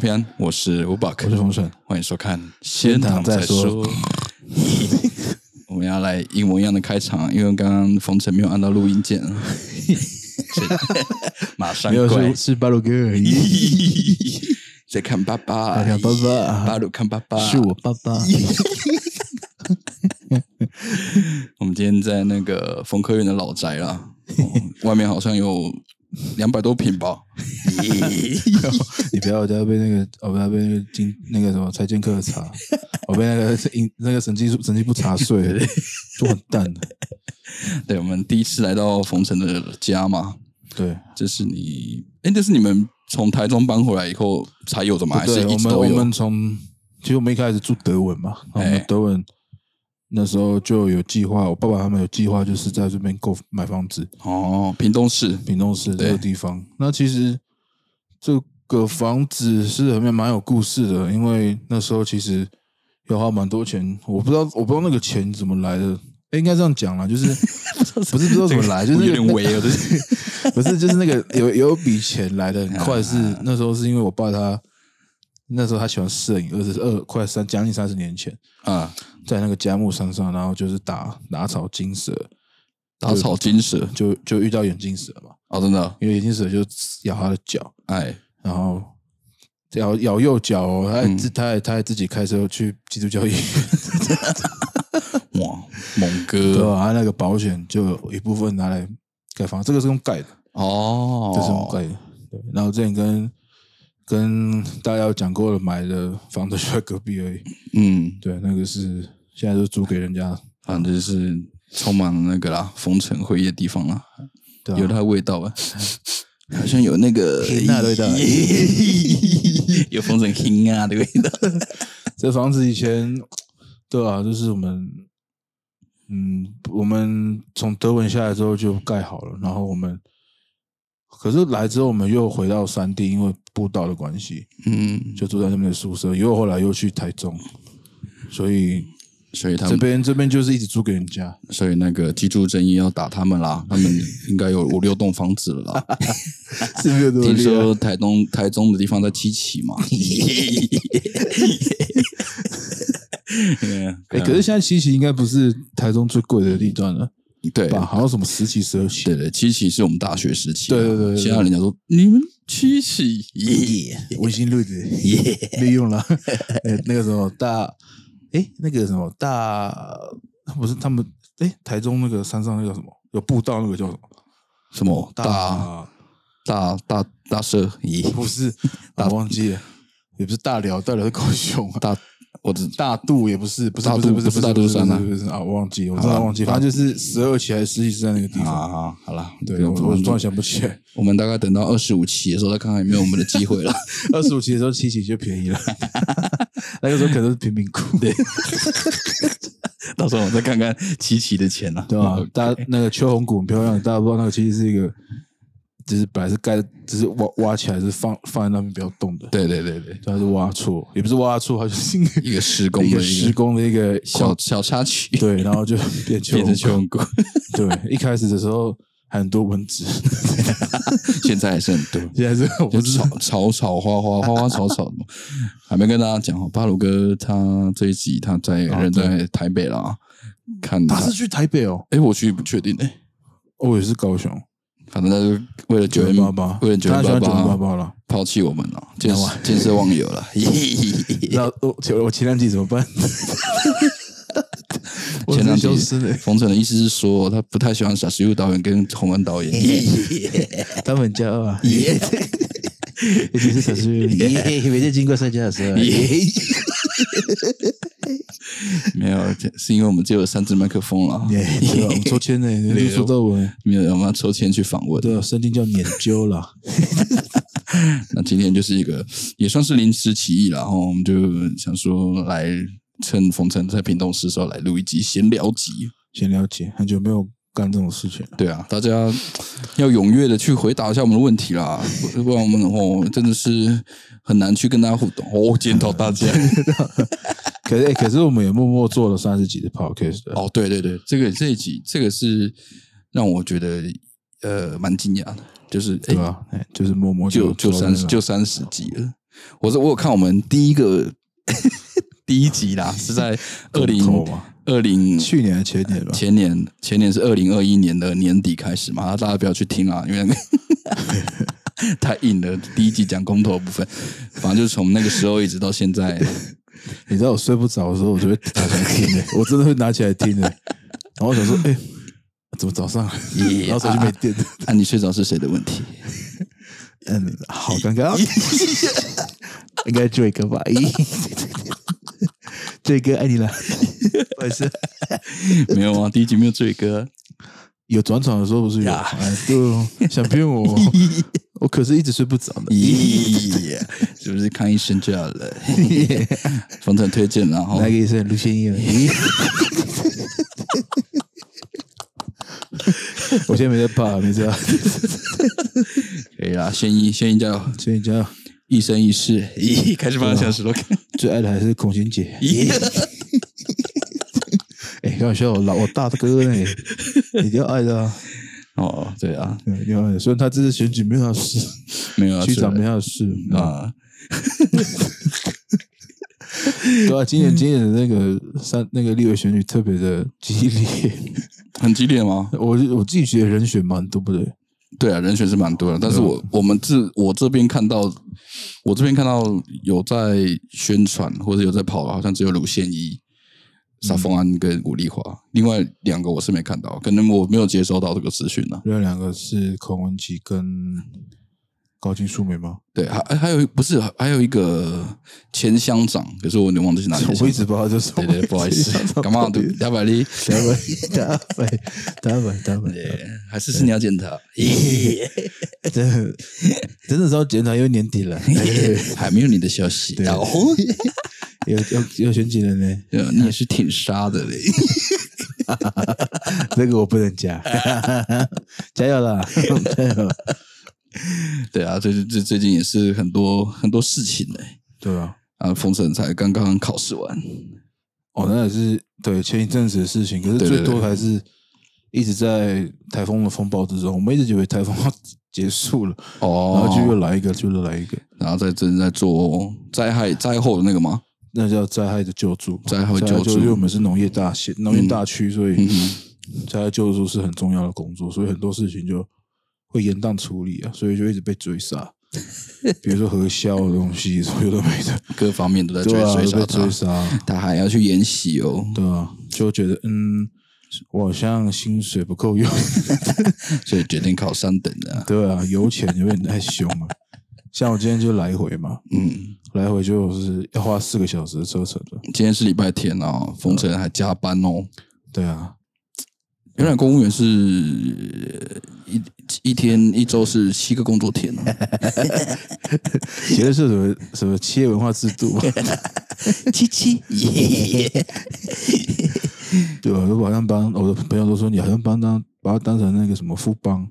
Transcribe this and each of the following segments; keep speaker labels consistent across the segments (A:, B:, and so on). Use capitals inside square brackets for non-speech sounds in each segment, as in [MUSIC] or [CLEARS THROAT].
A: 平安，我是吴宝克，
B: 我是洪顺，
A: 欢迎收看《先躺再说》。 [LAUGHS] 我们要来一模一样的开场，因为刚刚冯晨没有按到录音
B: [LAUGHS]
A: 键，马上
B: 没有
A: 怪
B: 是是巴鲁哥，
A: [LAUGHS] 在看爸爸，
B: 在看爸爸
A: 巴鲁看爸爸，
B: 是我爸爸。
A: 我们今天在那个冯科院的老宅
B: [LAUGHS]
A: 啦，哦外面好像有两百多平
B: [LAUGHS]
A: 吧。
B: 你不要，我等下被那个，哦我不要被那个经那个什么财经课
A: [LAUGHS]
B: 查，我被那个印那个审计审计部查税了，就完蛋了。
A: 对，我们第一次来到冯城的家嘛，
B: 对，
A: 这是你，哎，这是你们从台中搬回来以后才有的吗？还是
B: 对，
A: 一
B: 我
A: 直
B: 们
A: 都
B: 我
A: 有？
B: 们从其实我们一开始住德文嘛，我
A: 哎
B: 们德文那时候就有计划，我爸爸他们有计划，就是在这边购买房子，
A: 哦，屏东市，
B: 屏东市这个
A: 对
B: 地方。那其实这个房子是很蛮有故事的，因为那时候其实要花蛮多钱，我不知道我不知道那个钱怎么来的。诶应该这样讲啦，就是
A: [LAUGHS]
B: 不是不知道怎么来，就是
A: 有
B: 那个
A: 点违哦，就是
B: [LAUGHS] 不是，就是那个有有笔钱来的很快是，
A: 啊
B: 那时候是因为我爸他那时候他喜欢摄影，二十二快三将近三十年前，
A: 啊，
B: 在那个佳木山上，然后就是打打草惊蛇，
A: 打草惊蛇
B: 就就遇到眼镜蛇嘛，
A: 哦，真的，
B: 因为眼镜蛇就咬他的脚，
A: 哎，
B: 然后咬咬右脚、哦，他还
A: 嗯
B: 自、他还他还自己开车去基督教医院，
A: 哇，猛
B: 对
A: 哥，
B: 吧、他那个保险就有一部分拿来盖房，这个是用盖的。
A: 哦，
B: 这是很贵的。对，然后之前跟跟大家有讲过了，买的房子就在隔壁而已。
A: 嗯，
B: 对，那个是现在就租给人家，
A: 反正就是充满了那个啦，风尘回忆的地方啦，
B: 对啊
A: 有它的味道吧？ [LAUGHS] 好像有那个
B: 辛辣的味道
A: [LAUGHS] 有风尘辛辣的味道。
B: 这房子以前，对啊，就是我们，嗯，我们从德文下来之后就盖好了，然后我们，可是来之后我们又回到山地，因为步道的关系，
A: 嗯，
B: 就住在那边的宿舍，又后来又去台中，所以
A: 所以他
B: 这
A: 们，
B: 边这边就是一直租给人家。
A: 所以那个居住正义要打他们 [LAUGHS] 啦，他们应该有五六栋房子了 [LAUGHS] 啦。
B: [LAUGHS] 是没有多 [LAUGHS]
A: 听
B: 厉害。啊
A: 说台东台中的地方在七期 [LAUGHS] 嘛？
B: 哎、可是现在七期应该不是台中最贵的地段了
A: 对啊
B: 吧？好像什么十期、十二期，
A: 对对，七期是我们大学时期啊，
B: 对对对对对
A: 现在人家说你们七期，耶
B: 微
A: [LAUGHS]
B: 信录的利用了。 [LAUGHS] 呃，那个什么大，哎、那个什么大，不是他们，哎、台中那个山上那个叫什么？有步道那个叫什么？啊
A: 什么大大大大社，咦，
B: 不是，我忘记了，也不是大寮，大寮是高雄啊。 [LAUGHS]
A: 大我只
B: 大肚也不是，不是
A: 大
B: 不
A: 肚
B: 是不是
A: 不是大肚山啊
B: 不是不是不是啊，我忘记，我
A: 好
B: 真的
A: 吧
B: 忘记，反正就是十二期还是十几是在那个地
A: 啊
B: 方。
A: 啊，好了，不
B: 对，
A: 用
B: 我
A: 不
B: 我
A: 用
B: 突然想不起来。
A: 我们大概等到二十五期的时候再看看有没有我们的机会了。
B: 二十五期的时候，七期就便宜了，那个时候可能是贫民窟，对
A: [LAUGHS] 到时候我再看看七期的钱 [LAUGHS] 了，
B: 对吧？大家那个秋红谷很漂亮，大家不知道那个其实是一个，就是本来是盖，只是挖挖起来是放放在那边不要动的，
A: 对对对对，
B: 它是挖错，也不是挖错，它就是一个
A: 一个施工
B: 一
A: 的
B: 个施工的一个
A: 小小插曲， [LAUGHS]
B: 对，然后就变秋
A: 变
B: 红
A: 成秋
B: 谷，
A: 红谷， [LAUGHS]
B: 对，一开始的时候还很多蚊子， [LAUGHS]
A: 现在还是很多。
B: 现在是我
A: 就
B: 不知道
A: 吵吵吵花花花花草草的
B: [LAUGHS]
A: 嘛，还没跟大家讲哦。巴鲁哥他这一集他在
B: 哦
A: 人在台北啦，看他
B: 他是去台北哦，
A: 哎，我去不确定哎，
B: 哦，我也是高雄
A: 反正他就为了九
B: 九
A: 零
B: 零八八，
A: 为了九
B: 他喜
A: 零
B: 欢九零
A: 八
B: 八
A: 八
B: 八了，
A: 抛弃我们了，见识见色忘友
B: [LAUGHS]
A: 了。
B: 那我前我前两集怎么办？我
A: 前两
B: 是
A: 集
B: 消失了，
A: 冯晨的意思是说，他不太喜欢傻石佑导演跟洪恩导演。
B: 他们很骄傲 [LAUGHS] 啊，耶，尤其是小师耶，每次经过三家的时候，
A: [LAUGHS] 没有，是因为我们只有三支麦克风
B: [LAUGHS]
A: 了，
B: 对啊，我们抽签呢，都说到我，
A: 没有我们要抽签去访问。
B: 对啊，声音叫研究啦，
A: 那今天就是一个也算是临时起意了，然后我们就想说来趁冯晨在屏东市的时候来录一集闲聊集。
B: 先了解，很久没有干这种事情了，
A: 对啊，大家要踊跃的去回答一下我们的问题啦，不不然我们哦真的是很难去跟大家互动哦，检讨大家。
B: 可是、哎可是我们也默默做了三十几的 podcast 的，
A: [LAUGHS] 哦，对对对，这个这一集这个是让我觉得呃蛮惊讶的，就是哎、
B: 对吧？哎，就是默默
A: 就就
B: 做了
A: 三十
B: 那个
A: 就三十集了，我是我有看我们第一个 [LAUGHS] 第一集
B: [LAUGHS]
A: 啦，是在二零
B: 公投嘛
A: 二零
B: 去年还前年吧，
A: 前年前年是二零二一年的年底开始嘛，大家不要去听啊，因为
B: [LAUGHS]
A: [LAUGHS] 太硬了。第一集讲公投的部分，反正就是从那个时候一直到现
B: [LAUGHS]
A: 在。
B: 你知道我睡不着的时候，我就会拿起来听的、我真的会拿起来听的、然后我想说，哎、怎么早上？
A: 耶
B: 然后手机没电，
A: 啊，你睡着是谁的问
B: [LAUGHS]
A: 题？
B: 嗯，好尴尬， [LAUGHS] 应该追哥 [LAUGHS] 吧？咦，追哥爱你了，不好意思。
A: 没有啊，第一集没有醉哥。
B: 有转场的时候不是有？
A: 呀
B: 哎，对，想骗我， [LAUGHS] 我可是一直睡不着的。
A: 咦，是不是看医生就好
B: [LAUGHS]
A: 了？ [LAUGHS] 冯晨推荐，然后
B: 来个医生，卢先生。咦 [LAUGHS] 我现在没在怕，没在怕，
A: 可以啦，先医先医加油，
B: 所以你知道
A: 一生一世。咦，开始帮他想石头看。
B: 最爱的还是孔欣姐。
A: 咦，
B: 哎、开玩笑，我老我大哥呢， [LAUGHS] 一定要爱的啊，
A: [LAUGHS] 哦，对啊，
B: 对一定要爱的。虽然他这次选举没有他的事，
A: 没有啊，
B: 区
A: 是
B: 长没有他的事，
A: 啊。
B: [LAUGHS] 对啊，今年今年的那个三那个立委选举特别的激烈， [LAUGHS]
A: 很激烈吗？
B: 我我自己觉得人选蛮多的，
A: 对啊，人选是蛮多的，但是我我们自我这边看到，我这边看到有在宣传或者有在跑的，啊好像只有卢宪一、沙峰安跟吴丽华，另外两个我是没看到，可能我没有接收到这个资讯呢。啊
B: 另外两个是孔文琪跟高金素梅吗？
A: 对，还还有不是还有一个前乡长，可是我有点忘记是哪里。
B: [LAUGHS] 我一直不知道这是什
A: 对
B: 么
A: 对，不好意 [LAUGHS] 思，感冒对两百例，
B: 打板 [LAUGHS] 打板打板打板，
A: 对，还是是你要检查，咦
B: [LAUGHS] 真的真的是要检查，因为年底了，
A: [LAUGHS] 还没有你的消息，然 [LAUGHS] 后
B: 有有有选举了呢， [LAUGHS]
A: 呃你也是挺杀的嘞。
B: 这个我不能加， [LAUGHS] 加油啦， [LAUGHS] 加油！
A: [LAUGHS] 对啊，最最最近也是很多很多事情呢、
B: 对啊，
A: 啊，封神才刚刚考试完，
B: 哦，那也是对前一阵子的事情，可是
A: 对对
B: 最
A: 对
B: 多还是一直在台风的风暴之中。我们一直以为台风要 [LAUGHS] 结束了，然
A: 哦
B: 后就又来一个，就又来一个，
A: 然后在正在做灾害灾后的那个吗？
B: 那叫灾害的救助。
A: 灾害救助
B: 因为我们是农业大县、农业大区，所以
A: 嗯哼
B: 灾害救助是很重要的工作，所以很多事情就会延宕处理啊，所以就一直被追杀。
A: [LAUGHS]
B: 比如说核销的东西，所有都没的，
A: 各方面都在追
B: 对啊，
A: 追
B: 都
A: 杀
B: 被追
A: 他，
B: 杀。
A: 他还要去演习哦，
B: 对啊，就觉得嗯，我好像薪水不够用， [LAUGHS]
A: 所以决定考三等的、
B: 对啊，油钱有点太凶了。像我今天就来回嘛，
A: 嗯，
B: 来回就是要花四个小时的车程的。
A: 今天是礼拜天啊，封城还加班哦。
B: 对啊，
A: 原来公务员是呃一一天一周是七个工作天、啊，
B: 觉得是什么什么企业文化制度，
A: [LAUGHS]
B: 啊
A: 七七，
B: 对吧、我好像帮我的朋友都说你好像帮当把它当成那个什么富邦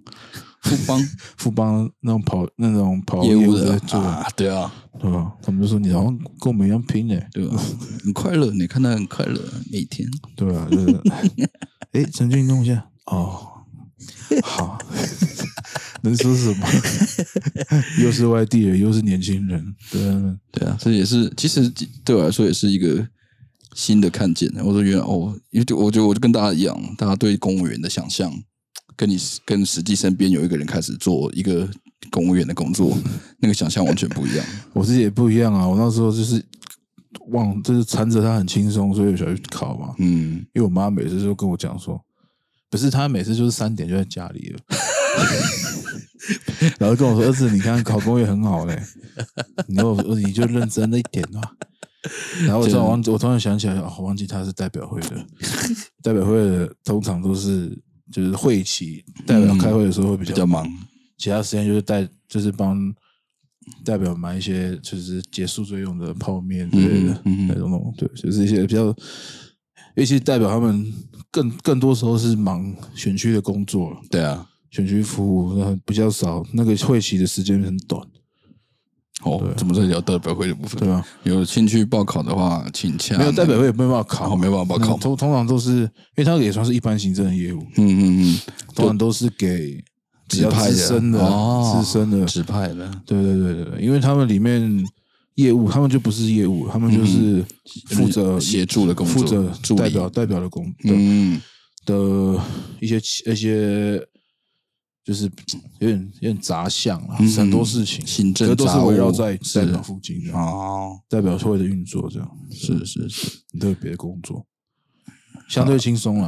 A: 不帮
B: 富邦那种跑那种跑
A: 业务
B: 在
A: 的
B: 做，
A: 啊，对啊，
B: 对吧？他们就说你好像跟我们一样拼欸诶、
A: 对啊吧？ [LAUGHS] 很快乐，你看他很快乐，每天。
B: 对啊，就是，哎， [LAUGHS] 陈俊弄一下哦，好， [LAUGHS] 能说什么？ [LAUGHS] 又是外地人，又是年轻人，对啊，
A: 对啊，这也是其实对我来说也是一个新的看见。我说原来哦，因为就我觉得我就跟大家一样，大家对公务员的想象，跟你跟实际身边有一个人开始做一个公务员的工 [LAUGHS] 作，那个想象完全不一样。
B: 我自己也不一样啊。我那时候就是忘，就是缠着他很轻松，所以我想去考嘛。
A: 嗯，
B: 因为我妈每次就跟我讲说，不是她每次就是三点就在家里了，然后跟我说：“儿子，你看考公务员很好嘞，你要你就认真了一点啊。”然后我突然忘记，我突然想起来，哦，我忘记他是代表会的，代表会的通常都是就是会期代表开会的时候会比
A: 比
B: 较，
A: 较忙。
B: 其他时间就是代就是帮代表买一些就是结束作用的泡面之类的、
A: 嗯嗯嗯
B: 那种东西，对，就是一些比较，尤其代表他们更更多时候是忙选区的工作了，
A: 对啊，
B: 选区服务那比较少，那个会期的时间很短，
A: 啊哦，怎么在聊代表会的部
B: 对
A: 分？
B: 吧？
A: 有兴趣报考的话，请洽
B: 没有代表会也没办法
A: 那个，
B: 考，
A: 哦，没办法报考
B: 嗯。通通常都是因为他也算是一般行政的业务，
A: 嗯嗯
B: 通常都是给比
A: 指
B: 较
A: 派的
B: 资深的、
A: 哦
B: 资深的
A: 嗯，指派的，
B: 对对对对对，因为他们里面业务，他们就不是业务，他
A: 嗯
B: 们就是负责
A: 协助的工作
B: 负责
A: 助理
B: 代表代表的工的、
A: 嗯，
B: 的一些一些。就是有点有点杂项了，
A: 嗯
B: 很多事情，
A: 行政
B: 可是都是
A: 杂务
B: 围绕在
A: 是
B: 代表附近这样，
A: 哦，
B: 代表会的运作这样，
A: 是是是。
B: 特别的工作，相对轻松了。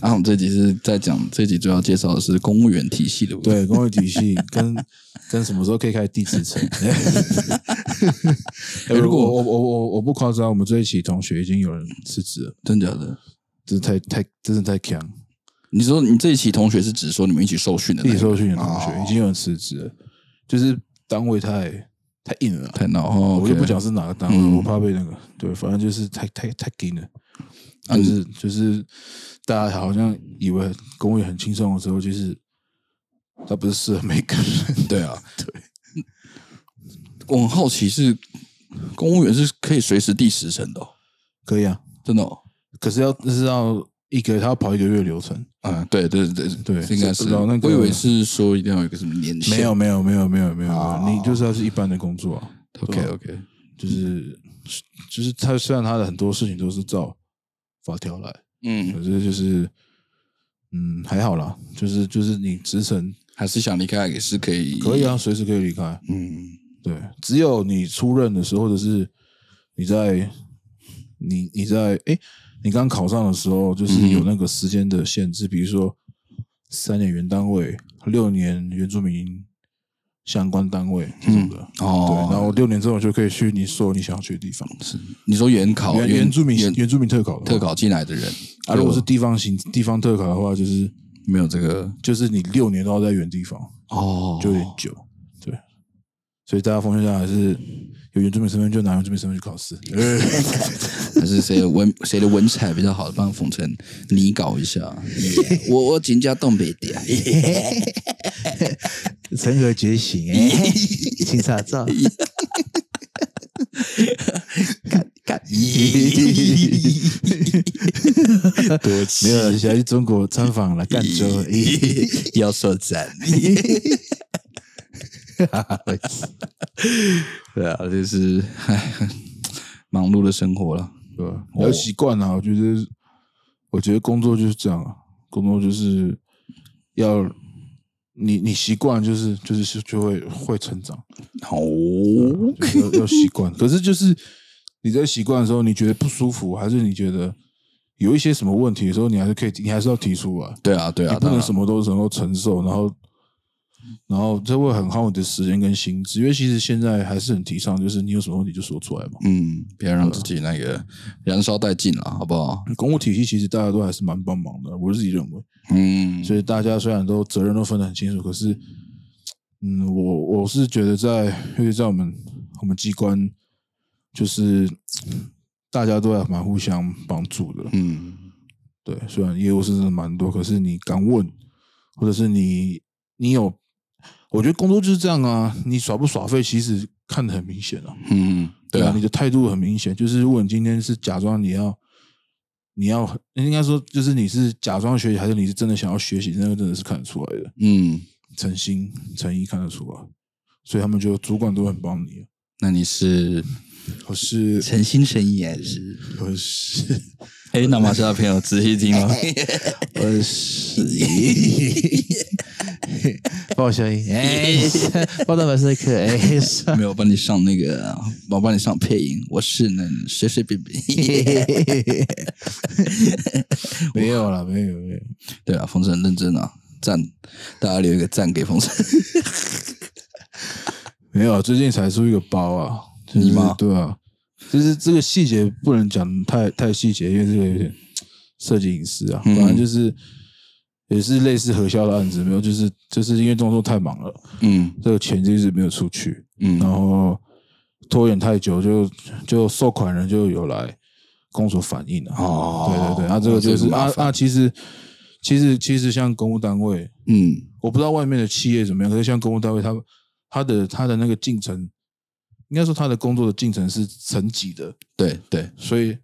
A: 啊，我们这集是在讲，这集主要介绍的是公务员体系的部分。
B: 对，工会体系跟跟什么时候可以开始递职 [LAUGHS] 称？哎
A: 如果
B: 我我我我我不夸张，我们这一期同学已经有人辞职了，
A: 真假的？
B: 真是太太真是太强。
A: 你说你这一期同学是指说你们一起受训的那
B: 一
A: 个？
B: 起受训的同学
A: 哦
B: 已经有人辞职了，就是单位太太硬了。
A: 太闹哦，
B: 我就
A: OK
B: 不讲是哪个单位，
A: 嗯
B: 我怕被那个对，反正就是太太太硬了。
A: 啊
B: 就
A: 你
B: 是就是大家好像以为公务员很轻松的时候，就是他不是适合每个人。
A: 对
B: [LAUGHS]
A: 啊，对。我很好奇是，公务员是可以随时递时辰的、哦，
B: 可以啊，
A: 真的、哦？
B: 可是要那是要一个他要跑一个月流程，
A: 啊，对对对
B: 对
A: 应该是。
B: 然后那个
A: 我以为是说一定要有一个什么年限。
B: 没有没有没有没有没有，
A: 哦
B: 你就是要是一般的工作、啊，
A: ，OK OK，
B: 就是就是他虽然他的很多事情都是照法条来，
A: 嗯，
B: 可是就是嗯还好啦，就是就是你职程
A: 还是想离开也是可以，
B: 可以，啊，随时可以离开，
A: 嗯，
B: 对，只有你出任的时候，或者是你在你你在哎、你刚考上的时候，就是有那个时间的限制，比如说三年原单位，六年原住民相关单位这种的。对，
A: 哦，
B: 然后六年之后就可以去你所有你想要去的地方。
A: 是你说原考
B: 原原住民
A: 原
B: 原住民特考的话
A: 特考进来的人，
B: 啊，如果是地方型地方特考的话，就是
A: 没有这个
B: 就是你六年都要在原地方，
A: 哦，
B: 就有点久。对，所以大家风气下还是有原住民身份就拿原住民身份去考试。
A: 还是谁的文谁的文采比较好，帮冯晨你搞一
B: [LAUGHS]
A: 下。我我请假东北的，
B: 成何觉醒哎、请查照。
A: 干
B: 多 [LAUGHS] 没有，现在去中国参访了，赣州。 [LAUGHS]
A: 要说赞。 [LAUGHS] 对啊，就是唉，忙碌的生活了。
B: 对吧？要习惯啊，我觉得，我觉得工作就是这样啊，工作就是要你你习惯，就是就是就会会成长，
A: 哦，
B: 就是 [LAUGHS] 要要习惯。可是就是你在习惯的时候，你觉得不舒服，还是你觉得有一些什么问题的时候，你还是可以，你还是要提出来，
A: [LAUGHS] 对啊，对啊，
B: 你不
A: 当
B: 能
A: 然嗯
B: 什么都能够承受，然后。然后这会很耗你的时间跟心智，因为其实现在还是很提倡，就是你有什么问题就说出来嘛。
A: 嗯，不要让自己那个燃烧殆尽了，好不好？
B: 公务体系其实大家都还是蛮帮忙的，我自己认为。
A: 嗯，
B: 所以大家虽然都责任都分得很清楚，可是，嗯，我我是觉得在，尤其在我们我们机关，就是大家都还蛮互相帮助的。
A: 嗯，
B: 对，虽然业务是真的蛮多，可是你敢问，或者是你你有，我觉得工作就是这样啊，你耍不耍废，其实看得很明显啊。
A: 嗯，对啊
B: 你，的态度很明显，就是如果你今天是假装你要，你要应该说就是你是假装学习，还是你是真的想要学习，那个真的是看得出来的，
A: 嗯，
B: 诚心诚意看得出来，所以他们就主管都很帮你。
A: 那你是
B: 可是
A: 诚心诚意还是？
B: 可是
A: 哎，那马上的朋友仔细听哦。
B: 可
A: 哎
B: 是，报销音，哎，报道本是可哎，
A: [LAUGHS] 没有我帮你上那个，我帮你上配音，我是呢随随便便。 [LAUGHS]
B: [LAUGHS] 没有了，没有没有，
A: 对啊，冯晨认真啊，赞，大家留一个赞给冯晨。
B: 没有，啊最近才出一个包啊，就是
A: 你吗
B: 对啊，就是这个细节不能讲太太细节，因为这个有点涉及隐私啊。
A: 嗯
B: 反正就是也是类似核销的案子，没有，就是就是因为动作太忙了，
A: 嗯
B: 这个钱就一直没有出去，然
A: 嗯
B: 后拖延太久就，就受款人就有来公所反映了、啊。
A: 哦
B: 对对对，啊，这个就是
A: 这个麻
B: 啊
A: 烦
B: 啊，其实其实其实像公务单位，
A: 嗯
B: 我不知道外面的企业怎么样，可是像公务单位，他他的他的那个进程，应该说他的工作的进程是层级的，
A: 对对，
B: 所以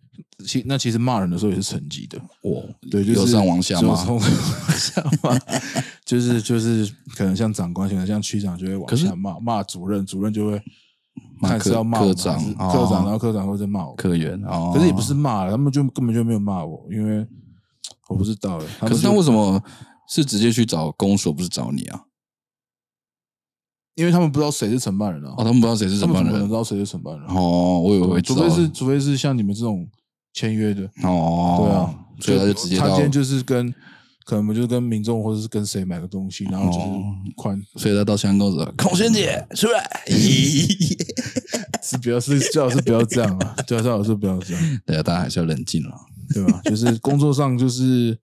B: 其那其实骂人的时候也是层级的，
A: 我
B: 对，就是
A: 由上往下
B: 嘛，
A: 嘛。
B: 从往下 [LAUGHS] 骂，就是就是可能像长官，可能像区长就会往
A: 可是
B: 下骂，骂主任，主任就会
A: 骂
B: 看是
A: 科
B: 要骂我
A: 科
B: 们
A: 长
B: 还是，
A: 哦
B: 科长，然后科长会再骂我，
A: 科员哦，
B: 可是也不是骂了，他们就根本就没有骂我，因为我不知道哎。他
A: 可
B: 们
A: 是他
B: 就
A: 为什么是直接去找公所，不是找你啊？
B: 因为他们不知道谁是承办人啊
A: 哦，，他们不知道谁是
B: 他
A: 承
B: 们
A: 办
B: 怎么可能
A: 人
B: 知。道谁是承办人？
A: 哦，我以为会知
B: 除
A: 道
B: 非是除非是像你们这种签约的，
A: 哦，所
B: 对啊，
A: 以他就直接
B: 他
A: 到
B: 今，天就是跟可能就是跟民众或者是跟谁买个东西，然后就是
A: 哦
B: 款，
A: 所以他到香港说：“孔萱姐出来。
B: 是不要是最好是不要这样啊，最好是不要这样。”
A: 对啊，大家还是要冷静了。
B: 对吧？就是工作上就是，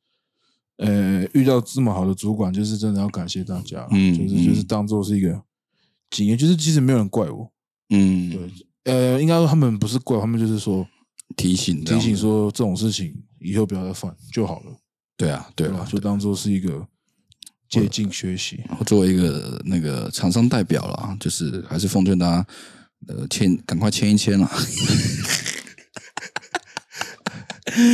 B: 呃，遇到这么好的主管，就是真的要感谢大家，
A: 嗯
B: 就是就是
A: 嗯
B: 当做是一个经验，就是其实没有人怪我，
A: 嗯
B: 对，呃，应该说他们不是怪我，他们就是说
A: 提醒这
B: 提
A: 样
B: 醒
A: 子，
B: 说这种事情以后不要再犯就好了，
A: 对啊，对
B: 对吧
A: 啊？。
B: 就当做是一个借鉴学习， [LAUGHS]
A: 我作为一个那个厂商代表啦，就是还是奉劝大家，呃，签赶快签一签啦。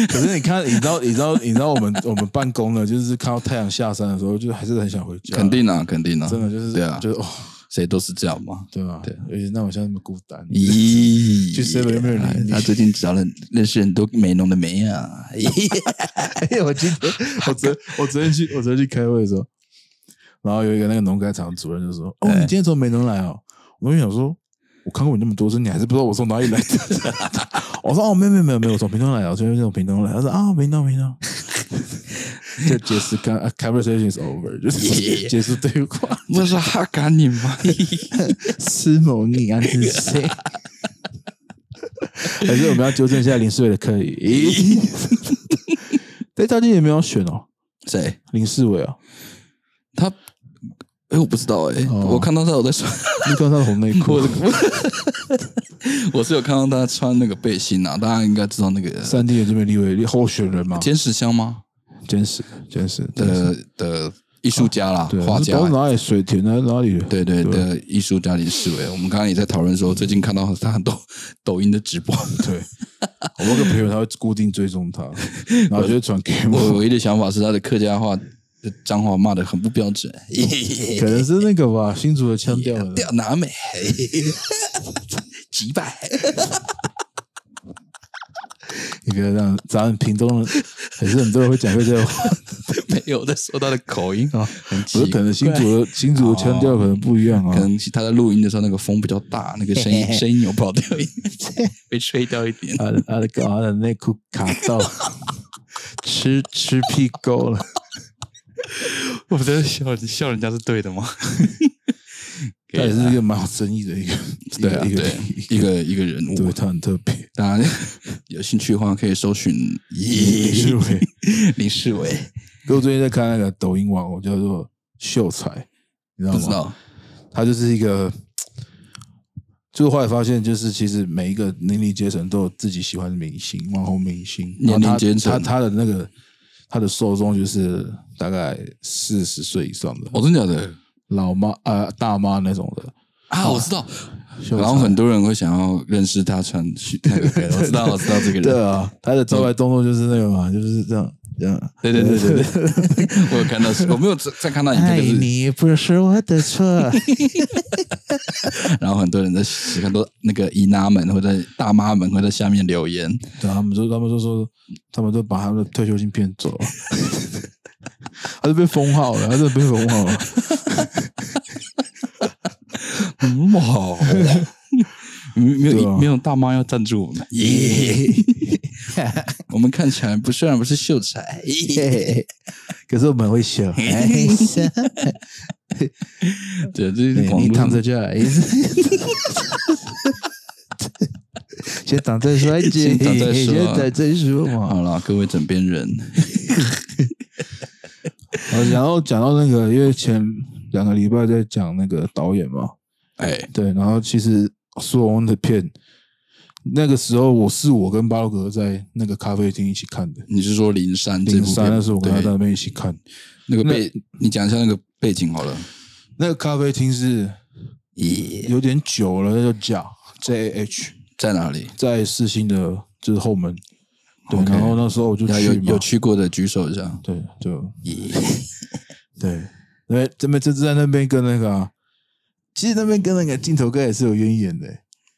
B: 可是你看，你知道，你知道，你知道我们我们办公呢，就是看到太阳下山的时候，就还是很想回家，
A: 肯定啊，肯定啊，
B: 真的就是
A: 对啊，
B: 就是哦，
A: 谁都是这样嘛。
B: 对吧？
A: 对啊
B: 而且那我现在那么孤单，
A: 咦，
B: 去 7-Eleven 又没有人理你
A: 啊他最近找了认识很多美容的美啊。哎，我今天
B: 我昨我昨天去我昨天去开会的时候，然后有一个那个农改场主任就说：“哦，你今天从美农来哦。”我就想说，我看过你那么多次，你还是不知道我从哪里来的。 [LAUGHS] 我说：“哦，没有没有没有没有，我从屏东来的，我昨天从屏东来。”他说：“啊，屏东屏东。”就结束干啊 conversation is over，就是 [LAUGHS]
A: Yeah
B: 结束对话。
A: 不是哈嘎你吗？
B: 斯某你啊，是谁？ [LAUGHS] 还是我们要纠正一下林世伟的课 [LAUGHS] 语？对，他今天也没有选哦，
A: 谁？
B: 林世伟啊。
A: 他？哎，我不知道哎，
B: 哦
A: 我看到他有在穿，
B: [LAUGHS] 你穿上红内裤
A: [LAUGHS] 我， [LAUGHS] 我是有看到他穿那个背心啊，大家应该知道那
B: [LAUGHS]
A: 个
B: 三 D 这边立委候选人嘛，
A: 监视箱吗？
B: 监视监视
A: 的的艺术家啦
B: 啊对，，
A: 画
B: 不知
A: 家
B: 道。哪里水田还是哪里的，
A: 对对的，艺术家林世伟，我们刚刚也在讨论说，最近看到他很
B: [LAUGHS]
A: 多抖音的直播，
B: [LAUGHS] 对，我有个朋友他会固定追
A: [LAUGHS]
B: 踪他，然后就会转给
A: 我
B: 我，
A: 唯一的想法是他的客家话、脏话骂的很不标
B: [LAUGHS]
A: 准，
B: [LAUGHS] 可能是那个吧，新竹的腔调了，
A: [LAUGHS] 掉南美，几百，
B: 一个让咱们屏东人， [LAUGHS] 也是很多人会讲这个话，
A: 没有在说他的口音
B: 啊
A: 很 [LAUGHS] 奇
B: 我就
A: 怪哦
B: 可能新竹的新竹的腔调可能不一样
A: 可
B: 啊。
A: 能是他在录音的时候那个风比较大，那个声
B: [LAUGHS]
A: 音声音有 [LAUGHS] 跑掉一点，被吹掉一点。
B: 他的他的他的内裤卡
A: [LAUGHS]
B: 到，
A: 啊
B: 吃吃屁沟了。
A: 我在笑，你笑人家是对的吗？
B: 他也是一个蛮有争议的一个，
A: 对啊，
B: 一个
A: 对一个一个人物，
B: 对，他很特别。
A: 大家 [LAUGHS] 有兴趣的话，可以搜寻 [LAUGHS]
B: 林世伟，
A: 林世伟，
B: 因为我最近在看那个抖音网红叫做秀才，你知道
A: 不
B: 吗？
A: 知道
B: 他就是一个，就是后来发现，就是其实每一个年龄阶层都有自己喜欢的明星、网红明星。
A: 年龄
B: 然后他
A: 阶层
B: 他他的那个他的受众就是大概四十岁以上的
A: 哦，真的假的
B: 老妈呃大妈那种的。
A: 啊？我知道，
B: 秀才
A: 然后很多人会想要认识他 [LAUGHS] 穿去那个，我知道，我知道这个
B: 对
A: 人，
B: 啊， [LAUGHS] 他的招牌动作就是那个嘛，就是这样这样。
A: 对对对对 [LAUGHS] 对，我有看到，我没有 [LAUGHS] 再再看到你这哎个是，
B: 你不是我的 [LAUGHS] 错。
A: 然后很多人在很多那个姨妈们或者大妈们会在下面留言，
B: 对，啊他们就他们就说，他们就把他们的退休金骗走了， [LAUGHS] 他就被封号了，他就被封号了。
A: 嗯 [LAUGHS] 哇，没
B: 对
A: 有、
B: 啊
A: 没有大妈要赞助我们，耶！我们看起来不虽然不是秀才，耶
B: 可是我们会笑， [LAUGHS] 哎
A: [LAUGHS] 对，这是网
B: 你
A: 络上
B: 躺着就好， [LAUGHS] 哎先躺 [LAUGHS] 再说，
A: 先躺再说
B: 先躺再说
A: [LAUGHS] 好
B: 嘛。
A: 了，各位枕边 [LAUGHS] 人，
B: 好然后讲到那个，因为前两个礼拜在讲那个导演嘛，
A: 哎，
B: 对，然后其实苏荣恩的片，那个时候我是我跟巴洛格在那个咖啡厅一起看的。
A: 你是说灵山这
B: 零
A: 部
B: 三
A: 片？
B: 那时候我跟他在
A: 对
B: 那边一起看，
A: 那个背，你讲一下那个背景好了。
B: 那个咖啡厅是
A: 耶，
B: 有点久了，那叫甲 J A H，
A: 在哪里？
B: 在世新的就是后门。对
A: OK
B: 然后那时候我就
A: 有
B: 去
A: 有
B: 嘛
A: 有，去过的举手一下。
B: 对，就
A: 耶， [LAUGHS]
B: 对，因为这边这次在那边跟那个啊、其实那边跟那个镜头哥也是有渊源的、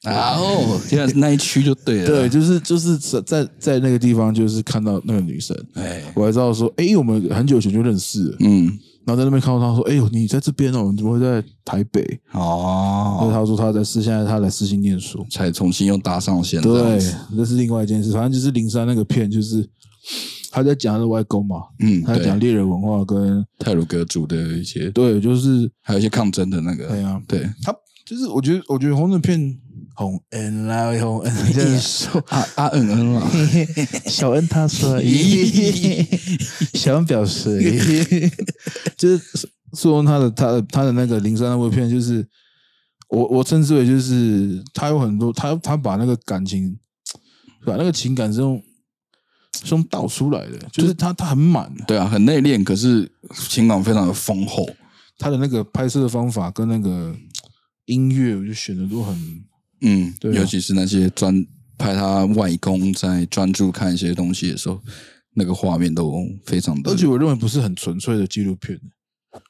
A: 然后哦现在那一区就对了，啊
B: 对，，就是就是在在在那个地方，就是看到那个女生，
A: 哎，
B: 我还知道说，哎、我们很久以前就认识了，
A: 嗯，
B: 然后在那边看到她说，哎、呦，你在这边哦，你怎么会在台北？因为
A: 哦，
B: 她说她在私，现在她来私信念书，
A: 才重新又搭上线，这
B: 对
A: 样子，
B: 这是另外一件事，反正就是灵山那个片，就是他在讲他的外公嘛，
A: 嗯，
B: 他在讲
A: 对，
B: 猎人文化跟
A: 泰鲁格族的一些，
B: 对，就是
A: 还有一些抗争的那个，
B: 对啊，
A: 对
B: 他就是我觉得我觉得红的片红恩啦，红恩这样说。
A: 啊啊嗯嗯啦，
B: 小恩他说， [LAUGHS] 小恩表 [LAUGHS] 示，就是苏恩他的他的他的那个灵山那部片，就是我我称之为就是他有很多他他把那个感情，把那个情感是用是用倒出来的，就是他他很满
A: [LAUGHS]
B: 的，
A: 对啊，很内敛，可是情感非常的丰厚，
B: 他的那个拍摄的方法跟那个音乐，我就选的都很
A: 嗯，
B: 对啊
A: 尤其是那些专拍他外公在专注看一些东西的时候，那个画面都非常的，
B: 而且我认为不是很纯粹的纪录片，欸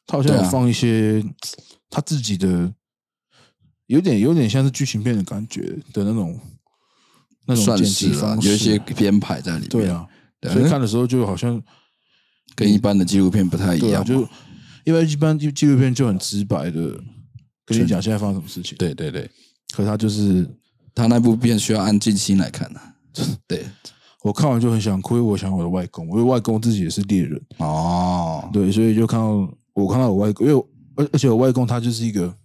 B: 他好像
A: 嗯对
B: 有
A: 啊
B: 放一些他自己的，有点有点像是剧情片的感觉的那种那种
A: 算
B: 剪
A: 是
B: 辑
A: 啦
B: 方式，啊
A: 有一些编排在里面，
B: 对，啊，
A: 对啊
B: 所以看的时候就好像
A: 跟一般的纪录片不太一
B: 对啊，
A: 样，
B: 就因为一般纪纪录片就很直白的跟你讲现在发生什么事情，，
A: 对对对，
B: 可他就是
A: 他那部片需要安静心来看啊，对，
B: 我看完就很想哭，因为我想我的外公，因为外公自己也是猎人，
A: 哦，
B: 对，所以就看到我看到我外公，因为我而而且我外公他就是一个，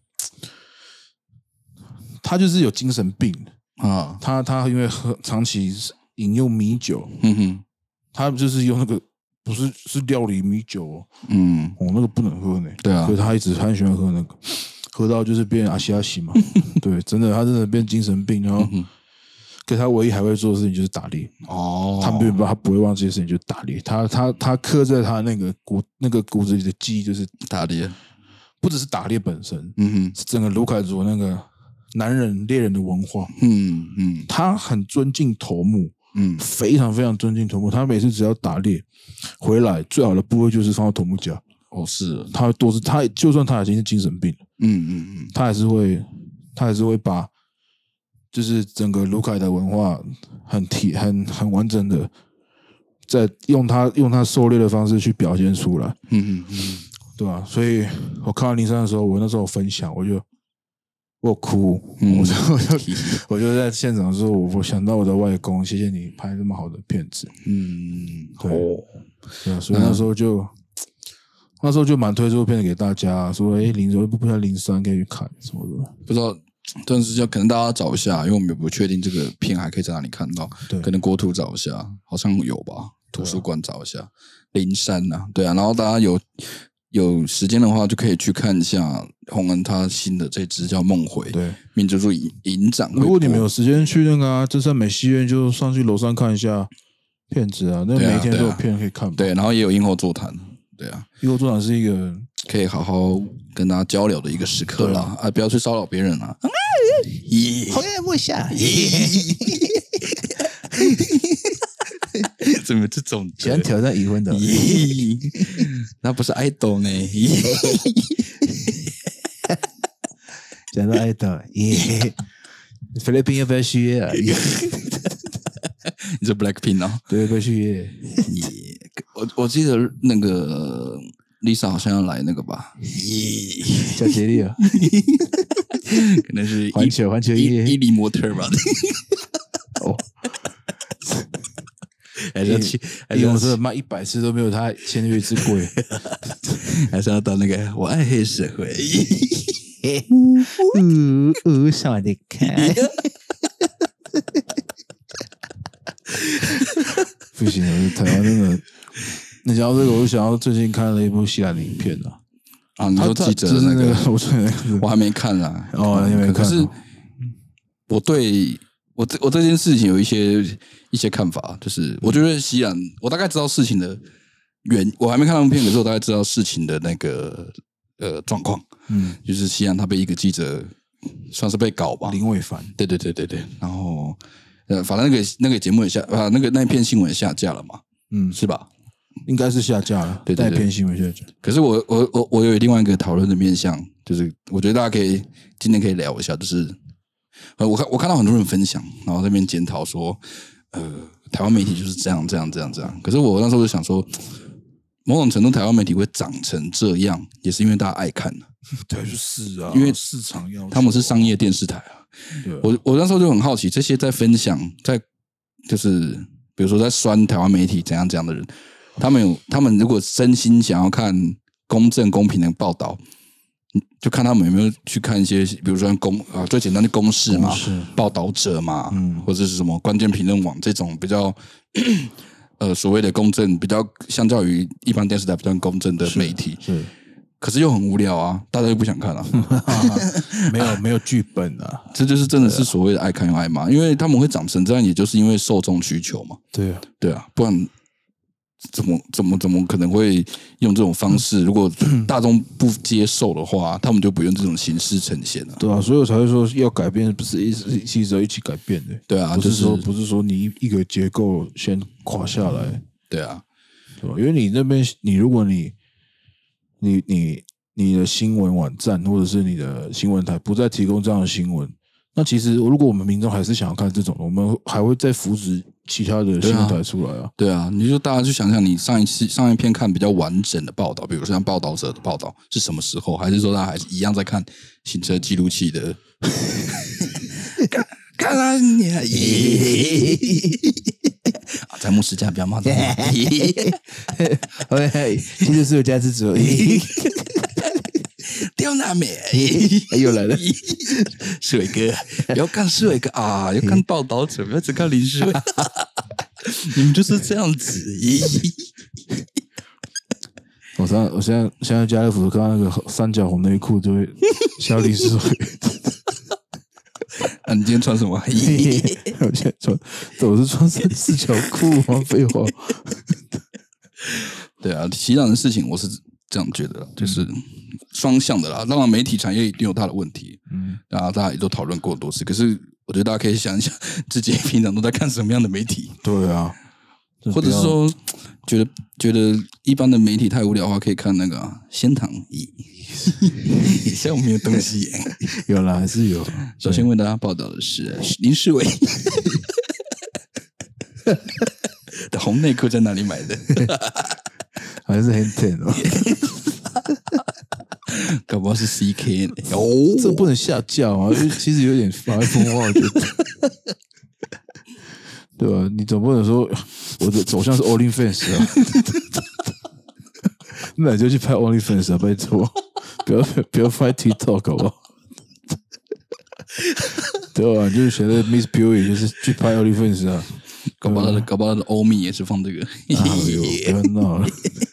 B: 他就是有精神病，
A: 啊，
B: 他他因为喝长期饮用米酒，
A: 嗯哼，
B: 他就是用那个不是是料理米酒哦，
A: 嗯，
B: 哦那个不能喝呢，
A: 对啊
B: 所以他一直他很喜欢喝那个，喝到就是变阿西阿西嘛，
A: [LAUGHS]
B: 对，真的他真的变精神病，然后。
A: 嗯
B: 可他唯一还会做的事情就是打猎，
A: 哦，
B: 他没有办法，他不会忘记这些事情，就是打猎。他他他刻在他那个骨那个骨子里的记忆就是
A: 打猎，
B: 不只是打猎本身，
A: 嗯哼，
B: 是整个卢凯族那个男人猎人的文化，
A: 嗯嗯
B: 他很尊敬头目，
A: 嗯，
B: 非常非常尊敬头目。他每次只要打猎回来，最好的部位就是放到头目家。
A: 哦是，
B: 他会多是他就算他已经是精神病了，
A: 嗯嗯
B: 他还是会他还是会把就是整个卢凯的文化很体很很完整的。在用他用他狩猎的方式去表现出来，
A: 嗯嗯嗯，
B: 对吧、所以我看完林山的时候，我那时候有分享，我就我有哭，
A: 嗯
B: 我就我就 [LAUGHS] 我就在现场说，我我想到我的外公，谢谢你拍这么好的片子，
A: 嗯，
B: 对
A: 哦，
B: 对啊、所以那时候就、那时候就蛮推这部片子给大家，说哎，零我不不知道零三可以去看什么的，
A: 不知道，但是要可能大家找一下，因为我们也不确定这个片还可以在哪里看到，
B: 对
A: 可能国图找一下，好像有吧，图书馆找一下，灵山呐、对啊，然后大家有有时间的话，就可以去看一下洪恩他新的这支叫《梦回》，
B: 对。
A: 民族主义影展会播。
B: 如果你们有时间去那个啊，真善美戏院，就上去楼上看一下片子啊，那
A: 对啊
B: 每一天都
A: 对
B: 有
A: 啊
B: 片可以看嘛。
A: 对，然后也有映后座谈，对啊，
B: 因为座长是一个
A: 可以好好跟大家交流的一个时刻啦，啊，不要去骚扰别人啊。咦，好像不 [LAUGHS] 下。怎么这种人
B: 挑战已婚 [LAUGHS] 的
A: [LAUGHS] 咦，那不是 idol 呢？咦，
B: 讲到爱豆，耶！菲律宾要不要续 [LAUGHS] 约啊？
A: 你是 Blackpink 啊？
B: 对，不要续约。
A: 咦，我我记得那个 Lisa 好像要来那个吧？咦，
B: 小杰利 [LAUGHS] 啊，
A: 可能是
B: 环球环球
A: 伊伊伊
B: 夜，
A: 犁模特吧？
B: 哦，
A: 还是要去，还
B: 哎
A: 是
B: 呦，
A: 要
B: 我
A: 去
B: 真的卖一百次都没有他签约一次 [LAUGHS] 贵。
A: 还是要到那个我爱黑社会？
B: 呜呜，上你看，不行，我台湾真的。你讲到这个，我就想到最近看了一部西兰的影片啊，
A: 啊，你
B: 他
A: 说
B: 他
A: 记者
B: 就是
A: 的那个，
B: 个，我最 [LAUGHS] 近看的
A: 我还没看啊。
B: 哦你没看
A: 可是
B: 哦
A: 我对我对我对这件事情有一些一些看法，就是我觉得西兰，我大概知道事情的原，我还没看到片，可是我大概知道事情的那个呃状况，
B: 嗯，
A: 就是西兰他被一个记者算是被搞吧，
B: 林伟凡，
A: 对对对对对，然后呃，反正那个那个节目也下啊，那个那篇新闻也下架了嘛，
B: 嗯，
A: 是吧？
B: 应该是下架了，
A: 对对对
B: 带偏新闻下架。
A: 可是我我我我有另外一个讨论的面向，就是我觉得大家可以今天可以聊一下，就是呃，我看我看到很多人分享，然后在那边检讨说，呃，台湾媒体就是这样这样这样这样。可是我那时候就想说，某种程度台湾媒体会长成这样，也是因为大家爱看啊
B: 对，就是啊，
A: 因为
B: 市场要
A: 他们是商业电视台啊。
B: 对啊
A: 我我那时候就很好奇，这些在分享在就是比如说在酸台湾媒体怎样怎样的人，他们有他们如果真心想要看公正公平的报道。就看他们有没有去看一些，比如说像公啊，最简单的公式嘛，
B: 公式
A: 报道者嘛，
B: 嗯
A: 或者是什么关键评论网这种比较 [CLEARS THROAT] 呃所谓的公正，比较相较于一般电视台比较公正的媒体，
B: 是
A: 可是又很无聊啊，大家又不想看啊，
B: 没 [LAUGHS] 有没有剧本啊，
A: 这就是真的是所谓的爱看又爱骂，因为他们会长成这样，也就是因为受众需求嘛，
B: 对啊，
A: 对啊，不然怎么怎么怎么可能会用这种方式？如
B: [CLEARS THROAT]
A: 果大众不接受的话，他们就不用这种形式呈现了、
B: 对啊，所以我才会说要改变，不是一直一直一起改变的，
A: 对啊，
B: 不
A: 就是是
B: 说不是说你一一个结构先垮下来，
A: 对啊，
B: 对吧？因为你那边，你如果你你你你的新闻网站或者是你的新闻台不再提供这样的新闻，那其实如果我们民众还是想要看这种，我们还会再扶植其他的新闻台出来啊。
A: 对啊，你就大家去想想，你上一期上一篇看比较完整的报道，比如说像报道者的报道是什么时候？还是说大家还是一样在看行车记录器的？ [LAUGHS] 看啊，你 [LAUGHS] 还啊，在牧师家不要骂脏话 [LAUGHS] 哎
C: OK，其实是有加之主，
A: 刁难美，
C: [LAUGHS] 又来
A: [LAUGHS]
C: 了。
A: 世伟哥，不要看世伟哥啊，要看报道者，不要只看林世伟，
B: [LAUGHS]
A: 你们就是这样子。
B: 我上我现在现在家乐福看到那个三角红内裤就会笑力士，
A: 啊，你今天穿什么？
B: 我现在穿，我是穿三四角裤吗？废话，
A: 对啊，洗染的事情我是这样觉得啦，就是
B: 嗯
A: 双向的啦。当然，媒体产业一定有它的问题，
B: 嗯，
A: 然后大家也都讨论过很多次。可是，我觉得大家可以想一想，自己平常都在看什么样的媒体，
B: 对啊，这
A: 或者
B: 不
A: 是
B: 要
A: 说，觉得觉得一般的媒体太无聊的话，可以看那个啊仙堂一，现在我们有东西耶。
B: 有啦，还是有。
A: 首先为大家报道的是林世
B: [LAUGHS]
A: 伟的红内裤在哪里买的？
B: 还是很甜哦，
A: 搞不好是 CK 呢哦，
B: 这不能下架啊！因为其实有点发疯话，我觉得，对吧、你总不能说我的走向是 Only Fans 啊， [LAUGHS] 那你就去拍 Only Fans 啊，拜托，不要不要拍 TikTok 好不好？对吧、你就是学的 Miss Beauty，就是去拍 Only Fans 啊，
A: 搞不好他的搞不好他的欧米也是放这个，
B: 哎呦，不要闹了，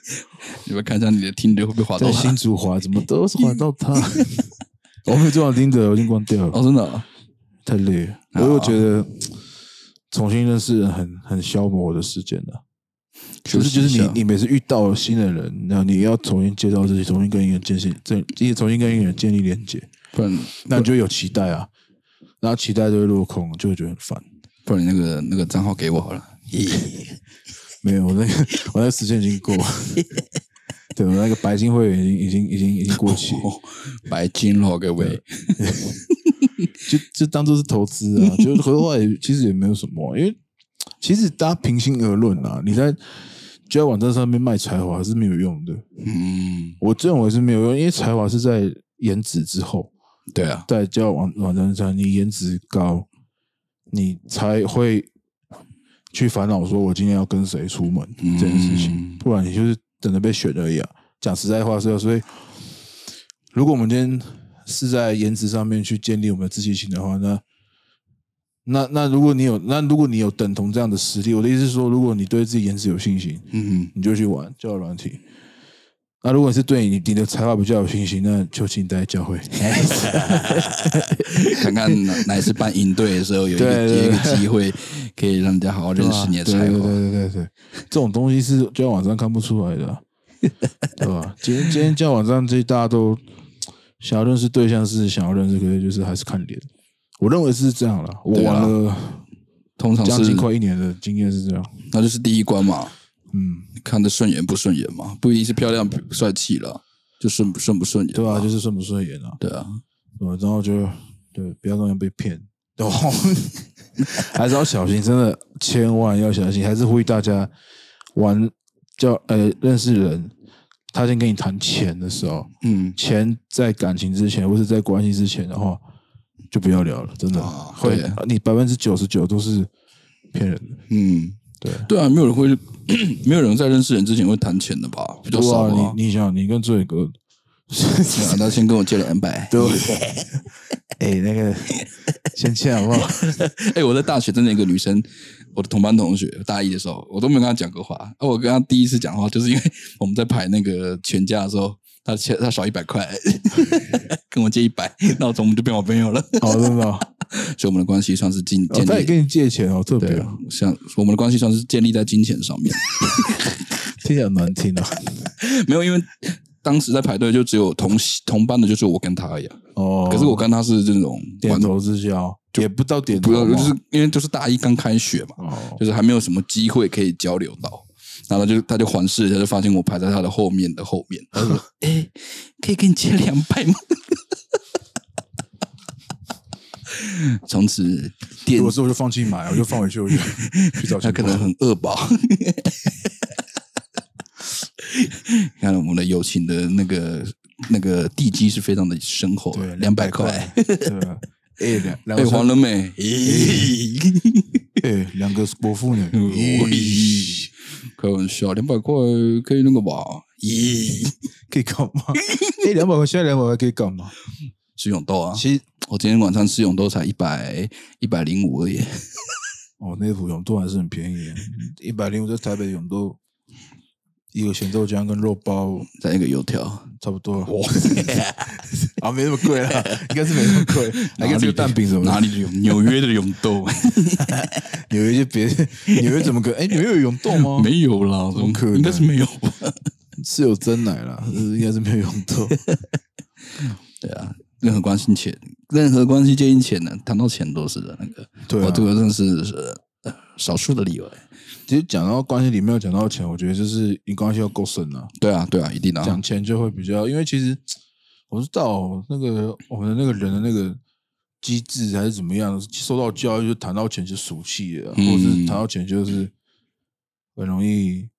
A: [LAUGHS] 你们看一下你的听着会不会滑到
B: 在
A: 他
B: 新？竹滑怎么都是滑到他，我没有做好听的，我已经关掉了。
A: 哦，真的啊、
B: 太累了。我又觉得重新认识人很很消磨我的时间的，
A: 休
B: 就是
A: 息
B: 就
A: 一
B: 是
A: 下
B: 你你每次遇到新的人，然后你要重新介绍自己，重新跟一个人建立，这一重新跟一个人建立连接，
A: 不然
B: 那你就会有期待啊，然后期待就会落空，就会觉得很烦。
A: 不然你那个那个账号给我好了。
B: 哎没有，
A: [LAUGHS]
B: 我那个我那个时间已经过了，对我那个白金会员已经已经已经已经过期，
A: 哦， [LAUGHS] 白金了各位，
B: 就就当做是投资啊，就是回话也其实也没有什么啊、因为其实大家平心而论啊，你在交友网站上面卖才华是没有用的，
A: 嗯，
B: 我认为是没有用，因为才华是在颜值之后，
A: 对啊，
B: 在交友网网站上你颜值高，你才会去烦恼说我今天要跟谁出门
A: 嗯
B: 这件事情，不然你就是等着被选而已啊。讲实在话是啊，所以如果我们今天是在颜值上面去建立我们的自信心的话，那那那如果你有那如果你有等同这样的实力，我的意思是说，如果你对自己颜值有信心，
A: 嗯，
B: 你就去玩交友软体。那如果你是对你你的才华比较有信心，那就请你待教会。
A: 看看哪哪一次办营队的时候有一个
B: 对对
A: 有一
B: 对
A: 个机会，可以让人家好好认识你的
B: 对
A: 才啊
B: 对对
A: 华。
B: 对对对，这种东西是交友网站看不出来的啊、 [LAUGHS] 对吧？今天今天交友网站这大家都想要认识对象是想要认识，可是就是还是看脸。我认为是这样了，我
A: 对啊
B: 玩了
A: 通常
B: 将
A: 是
B: 近快一年的经验是这样。
A: 那就是第一关嘛，
B: 嗯，
A: 看得顺眼不顺眼嘛，不一定是漂亮帅气了，就顺不顺不顺眼。
B: 对啊，就是顺不顺眼啊，
A: 对啊，
B: 对吧？然后就对，不要让人被骗，哦，还是要小心，真的千万要小心。还是呼吁大家玩叫呃认识人，他先跟你谈钱的时候，
A: 嗯，
B: 钱在感情之前或是在关系之前的话，就不要聊了，真的、
A: 啊
B: 会
A: 对
B: 你百分之九十九都是骗人的。
A: 嗯，
B: 对
A: 对啊，没有人会， [CLEARS THROAT] 没有人在认识人之前会谈钱的吧？比较
B: 对
A: 少
B: 啊
A: 啊。
B: 你你想，你跟醉哥， [LAUGHS]
A: 对啊他先跟我借了两百。
B: 对，哎、那个先欠好不好？
A: [LAUGHS] 哎、我在大学真的有一个女生，我的同班同学，大一的时候，我都没有跟她讲过话。啊，我跟她第一次讲话，就是因为我们在排那个全家的时候，她欠她少一百块， [LAUGHS] 跟我借一百，那我从我们就变好朋友了，
B: 哦，真的、哦，
A: 所以我们的关系算是建
B: 哦
A: 建
B: 他也
A: 立。
B: 跟你借钱，好特别
A: 对
B: 哦
A: 啊，，像我们的关系算是建立在金钱上面， [LAUGHS]
B: 听起来很难听啊。
A: 没有因为当时在排队就只有同同班的，就是我跟她而已啊、
B: 哦，
A: 可是我跟她是这种
B: 点头之交，也不到点头
A: 不
B: 嘛，
A: 要，就是因为就是大一刚开学嘛，
B: 哦，
A: 就是还没有什么机会可以交流到。然后他就他就环视一下，就发现我排在他的后面的后面。他说：“哎、可以给你借两百吗？” [LAUGHS] 从此店
B: 如果是我就放弃买，我就放回去，我就去找
A: [LAUGHS] 他
B: 钱。
A: 可能很恶饱。看来我们的友情的那个那个地基是非常的深厚，
B: 对
A: 两百
B: 200
A: 块。
B: 对吧？哎，
A: [LAUGHS]
B: 两
A: 哎、
B: 两个
A: 黄仁美，咦、
B: 哎两个国父呢？
A: 嗯咦，哎开玩笑，两百块可以那个吧？咦，
B: 可以干
A: [LAUGHS]
B: 嘛？哎，两百块，现在两百块可以干嘛？
A: 吃永豆啊！
B: 其实
A: 我今天晚上吃永豆才一百一百零五而已，
B: 哦，内湖永都还是很便宜，一百零五在台北永都一个咸豆浆跟肉包
A: 再一个油条，
B: 差不多。 [LAUGHS] 啊，没那么贵啦，应该是没那么
A: [LAUGHS]
B: 贵，还可以吃个蛋饼什么的
A: 哪。里的永纽约的永豆
B: 纽约就别， [LAUGHS] 纽约怎么可能？哎，纽约有永动吗？
A: 没有啦，
B: 怎么可能
A: 应该是没有吧？
B: 是有真奶啦，可是应该是没有用到。
A: 对啊，任何关系钱，任何关系接近钱呢，谈到钱都是的那个，
B: 对啊
A: 我这个真的是呃少数的例外。
B: [LAUGHS] 其实讲到关系里面有讲到钱，我觉得就是你关系要够深啊，
A: 对啊，对啊，一定的、啊。
B: 讲钱就会比较，因为其实我知道那个我们的那个人的那个机制还是怎么样，受到教育就谈到钱就俗气了啊，
A: 嗯
B: 或者是谈到钱就是很容易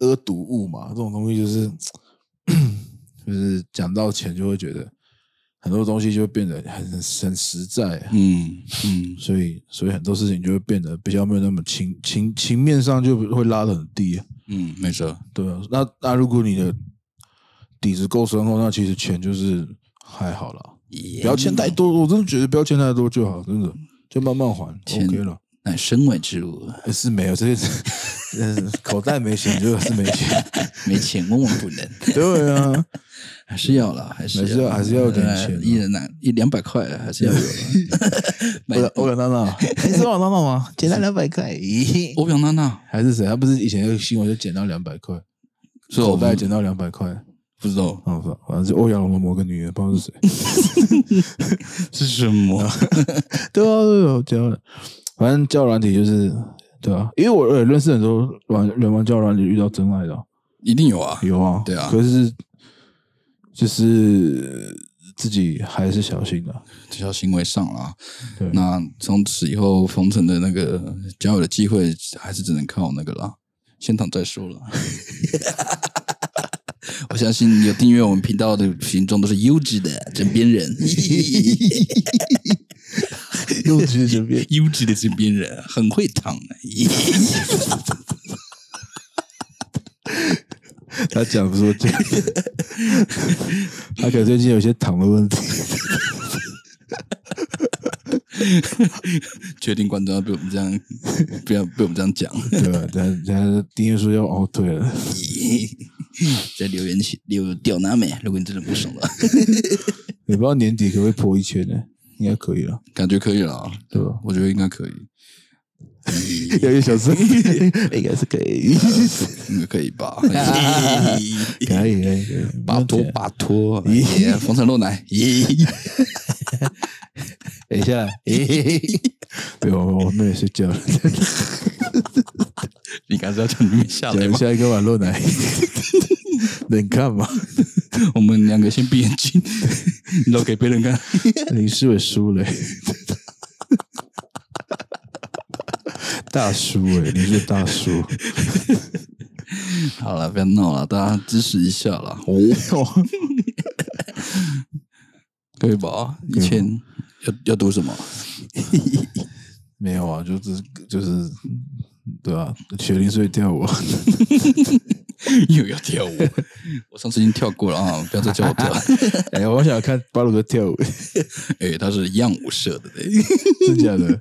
B: 阿毒物嘛，这种东西就是 [COUGHS] 就是讲到钱就会觉得很多东西就会变得很很很实在、啊，
A: 嗯嗯，
B: 所以所以很多事情就会变得比较没有那么情情情面上就会拉得很低、啊，
A: 嗯，没错。
B: 对啊。那那如果你的底子够深厚，那其实钱就是还好啦，不要欠太多。我真的觉得不要欠太多就好，真的就慢慢还
A: 钱
B: ，OK 了。
A: 乃哎身外之物，
B: 呃是没有这些，呃口袋没钱就是没
A: [LAUGHS]
B: 钱，
A: 没钱万万不能。
B: 对啊，
A: 还是要啦，还是
B: 还是要还是要有点钱啊
A: 一人拿一两百块还是要有的。买
B: 欧阳欧阳娜娜，你知道欧阳娜娜吗？
C: [LAUGHS] 简单两百块，咦，
A: 欧阳娜娜，
B: 还是谁？他不是以前有个新闻就捡到两百块，
A: 是哦我
B: 口
A: 不
B: 袋捡到两百块，
A: 不知道
B: 哦，反反正是欧阳龙的某个女人，不知道是谁。
A: [LAUGHS] 是什么。
B: 对啊，对啊，交友，反正交友软体就是对啊，因为我也认识很多玩人玩交友软体遇到真爱的啊，
A: 一定有啊，
B: 有啊，
A: 对啊
B: 可是就是自己还是小心啊
C: [LAUGHS]
B: 的、
A: 这条行为上啦
B: 对。
A: 那从此以后，冯程的那个交友的机会还是只能靠那个啦，现场再说了。我相信有订阅我们频道的群众都是优质的枕边人，
B: 幼稚这边，
A: [LAUGHS] 优质的枕边人很会躺、
B: 他讲不是我讲，
C: [LAUGHS]
B: 他可能最近有一些糖的问题，
A: 确定观众要被我们这样， [LAUGHS] 不要被我们这样讲， [LAUGHS]
B: 对吧？等下等下订阅数要熬退哦了，
A: 在留言区留屌南美，如果你真的不爽了，
B: 也不知道年底可不可以破一千呢、应该可以了，
A: 感觉可以了啊，
B: 对吧？
A: 我觉得应该可以，
B: 越来越小 [LAUGHS] 声，
C: 应该是可以。
A: 应该可以 [LAUGHS] 吧？
B: 可以可以可以，
A: 巴托巴托，冯承洛奶， [LAUGHS]
B: 等一下，对，我我妹睡
C: [LAUGHS]
B: 觉了，
A: [LAUGHS] 你刚才要叫你们下来
B: 讲
A: 吗？
B: 下一个网络
C: [LAUGHS]
B: 奶，能看吗？
A: [LAUGHS] 我们两个先闭眼睛，你都给别人看。
B: 林诗伟输了，大叔哎、你是大叔，
A: 好了，不要闹了，大家支持一下啦，哦， [LAUGHS] 可以吧？以前要要读什么？
B: 没有啊，就是就是，对啊，学零碎跳舞，
A: [LAUGHS] 又要跳舞？ [LAUGHS] 我上次已经跳过了啊，不要再叫我跳。 [LAUGHS]
B: 哎、我好想看巴鲁哥跳舞，
A: 哎、他是样舞社的，
B: 真假的？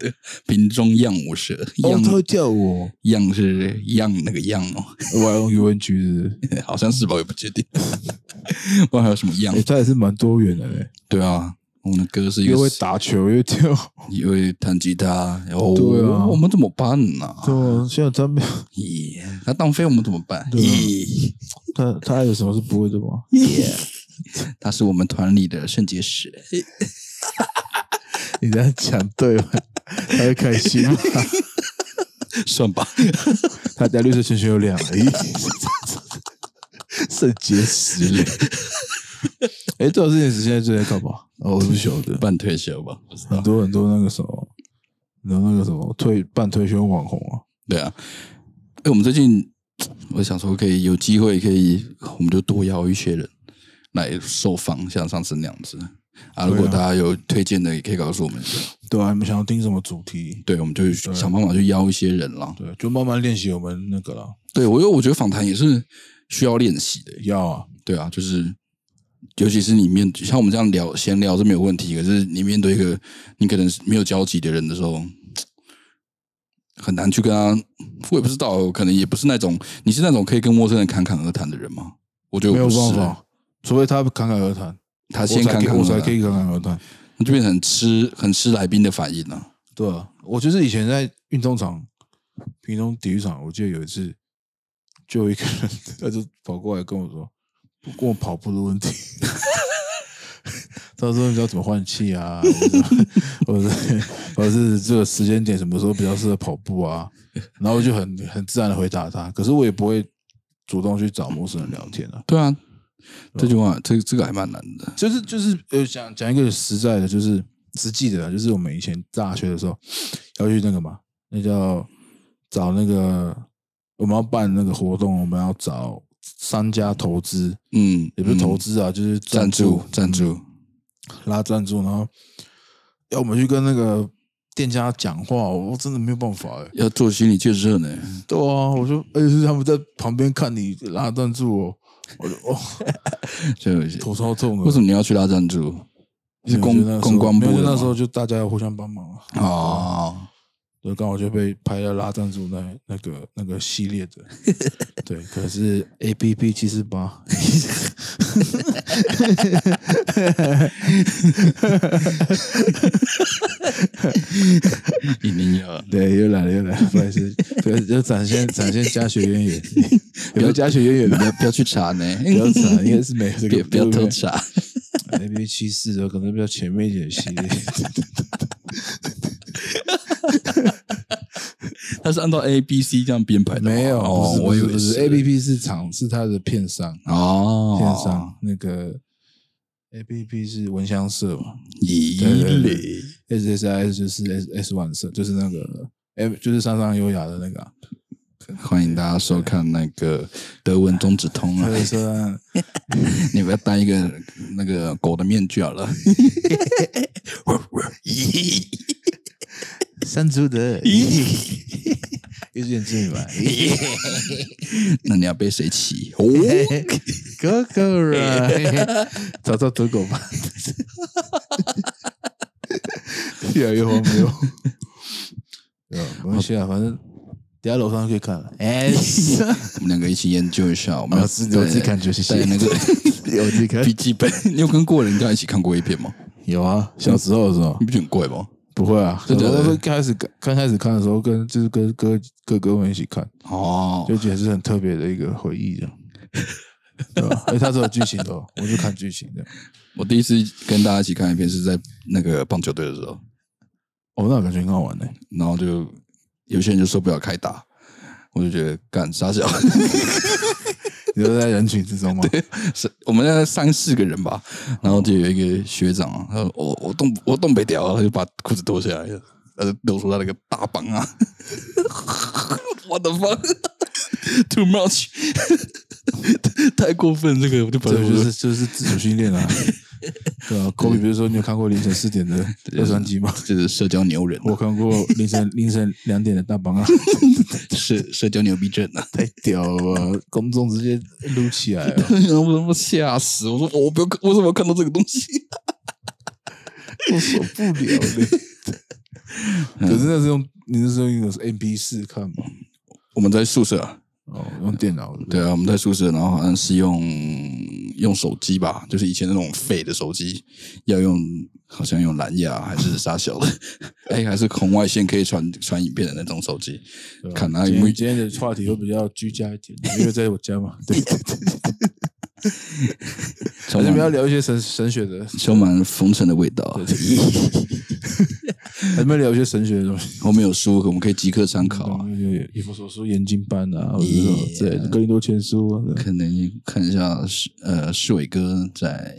A: 屏中样舞社，
B: 哦，
A: 样、
B: 他会跳舞、哦，
A: 样是样那个样哦， [LAUGHS]
B: 我还用余文菊是不是
A: 好像是吧，我也不确定。 [LAUGHS] 不然还有什么样
B: 哎、？他也是蛮多元的嘞、
A: 对啊，我们的歌是一个
B: 又会打球又会跳舞，
A: 因为弹吉他，然后
B: 对啊
A: 我们怎么办呢、
B: [LAUGHS] 对啊，现在他没有
A: 咦，他浪费我们怎么办？
B: 对啊
A: 咦，
B: 他他还有什么是不会的吗？
A: 他是我们团里的肾结石。
B: 你这样讲对吗？他会开心吗？
A: [LAUGHS] 算 [LAUGHS] 吧，
B: 他家绿色圈圈有 [LAUGHS] 两哎亿，肾结石 [LAUGHS] 嘞。哎，这种事情是现在正在干嘛？哦，我不晓得，
A: 半退休吧，不知
B: 很
A: 道。
B: 多很多那个什么，然后那个什么退半退休网红啊，
A: 对啊，哎，我们最近我想说，可以有机会可以，我们就多邀一些人来受访，像上次那样子啊。如果大家有推荐的，也可以告诉我们一下。
B: 对啊，你们想要听什么主题？
A: 对，我啊们就想办法去邀一些人啦。
B: 对，就慢慢练习我们那个啦。
A: 对我，因为我觉得访谈也是需要练习的。
B: 要啊，
A: 对啊，就是尤其是你面像我们这样聊闲聊是没有问题，可是你面对一个你可能是没有交集的人的时候，很难去跟他。我也不知道，我可能也不是那种你是那种可以跟陌生人侃侃而谈的人吗？我觉得
B: 没
A: 我
B: 有
A: 不是
B: 办，法，除非他侃侃而谈，
A: 他先侃侃
B: 我
A: 而
B: 才可以我才可
A: 谈，
B: 以侃侃而谈。
A: 那就变成很吃很吃来宾的反应了、啊。
B: 对啊，我就是以前在运动场，屏东体育场，我记得有一次，就有一个人 [LAUGHS] 他就跑过来跟我说，不跟我跑步的问题。 [LAUGHS] 他说：“你知道怎么换气啊？我说我是我是这个时间点什么时候比较适合跑步啊？”然后我就很很自然的回答他，可是我也不会主动去找陌生人聊天啊。
A: 对啊，这句话这这个还蛮难的。
B: 就是就是呃，讲讲一个实在的，就是实际的啦，就是我们以前大学的时候要去那个嘛，那叫找那个我们要办那个活动，我们要找商家投资，
A: 嗯，
B: 也不是投嗯
A: 嗯
B: 资啊，就是
A: 赞助赞助，
B: 拉赞助，然后要我们去跟那个店家讲话，我真的没有办法哎、
A: 要做心理建设呢。
B: 对啊，我就而且是他们在旁边看你拉赞助哦，我就哦
A: 就
B: 头超痛的。
A: 为什么你要去拉赞助？是
B: 没有就那时
A: 公
B: 候
A: 公关部
B: 没有
A: 的
B: 就
A: 吗
B: 那时候就大家互相帮忙啊。
A: 哦，
B: 对，刚好就被拍到拉赞助那那个那个系列
A: [LAUGHS]
B: 的，对，可是 A P P 七四八，
A: 一定
B: [LAUGHS]
A: 要
B: [LAUGHS] 对，又来了又来了，不好意思，不要就展现展现家学渊源，有没有家学渊源
A: 不
B: 的？
A: 要不要去查呢，
B: 不要 [LAUGHS] 扯，应该是没有这
A: 不
B: 个
A: 要，不要偷查。
B: A P P 七四的，可能比较前面一点的系
A: [LAUGHS]
B: 列，
A: 它是按照 A B C 这样编排的吗，
B: 没有，
A: 哦
B: 不是
A: 我
B: 不
A: 以
B: 是
A: 为
B: 不是 A P P 是厂是它的片商，
A: 哦，
B: 片商那个 A P P 是蚊香社嘛，
A: 咦
B: 对
A: 嘞，
B: SSIS 就是 S S 万社，就是那个 M 就是上上优雅的那个、啊，
A: 欢迎大家收看那个德文中指通啊
B: 所，以说
A: [LAUGHS] 你不要戴一个那个狗的面具好
B: [LAUGHS]
A: 了。咦
C: 山猪的， [LAUGHS]
B: 有点近吧。
A: 那你要被谁骑？哦，
B: 哥哥
C: 啊 [LAUGHS]
B: 啦，找到德狗吧，越来越荒 [LAUGHS] 谬。对啊，没关系啊，反正等一下楼上就可以看了。 [LAUGHS] 哎，
A: 我们两个一起研究一下，我们要
B: 我自己我自己
A: 带
B: 看就谢谢
A: 带那
B: [LAUGHS]
A: 个
B: 有这
A: [LAUGHS]
B: 个
A: 笔记本，你有跟过人家一起看过一遍吗？
B: [LAUGHS] 有啊，小时候的时候
A: 你不觉得很怪吗？
B: 不会啊，小
A: 真
B: 时
A: 的
B: 候是开始刚开始看的时候，跟就是跟哥哥哥们一起看，
A: 哦，
B: 就觉得是很特别的一个回忆这样。对吧？哎，他是有剧情的哦，我就看剧情的。
A: 我第一次跟大家一起看一片是在那个棒球队的时候，
B: 哦，那感觉很好玩呢。
A: 然后就有些人就受不了开打，我就觉得干傻小，
B: 你都在人群之 [LAUGHS] 中吗？
A: [LAUGHS] 是我们那三四个人吧，然后就有一个学长啊，他说我我动我动北屌啊，他就把裤子脱下来了，他就露出他那个大棒啊， [LAUGHS] What the [LAUGHS] fuck？Too much，太过分，这个我就不
B: 这
A: 能
B: 个就
A: 说。
B: 是就是自主训练啊，对啊，科比，比如说你有看过凌晨四点的洛杉矶吗？
A: 这是社交牛人，啊
B: 我看过凌晨凌晨两点的大阪啊，
A: 社社交牛逼症啊！
B: 太屌了吧！公众直接撸起来哦
A: [LAUGHS]
B: 了，
A: 我他妈吓死！我说我不要看，为什么要看到这个东西？
B: [LAUGHS] 我受不了 [LAUGHS] 了。可是那是用你那时候用 M P 四看嘛？
A: [LAUGHS] 我们在宿舍啊，
B: 哦，用电脑的
A: 对啊，我们在宿舍，然后好像是用用手机吧，就是以前那种废的手机，要用好像用蓝牙还是啥小的， [LAUGHS] 哎，还是红外线可以传传影片的那种手机，
B: 对吧
A: 看啊来
B: 今
A: 没
B: 天今天的话题会比较居家一点，因为在我家嘛。对，还
A: 充
B: 是不要
A: 满
B: 聊一些神神学的，
A: 充满风尘的味道。
B: 还是不要聊一些神学的东西。
A: 后面有书，我们可以即刻参考啊，
B: 有以弗所书研经班啊，或者是什么之类的，哥林多前书啊。对
A: 可能看一下呃，世伟哥 [LAUGHS] 在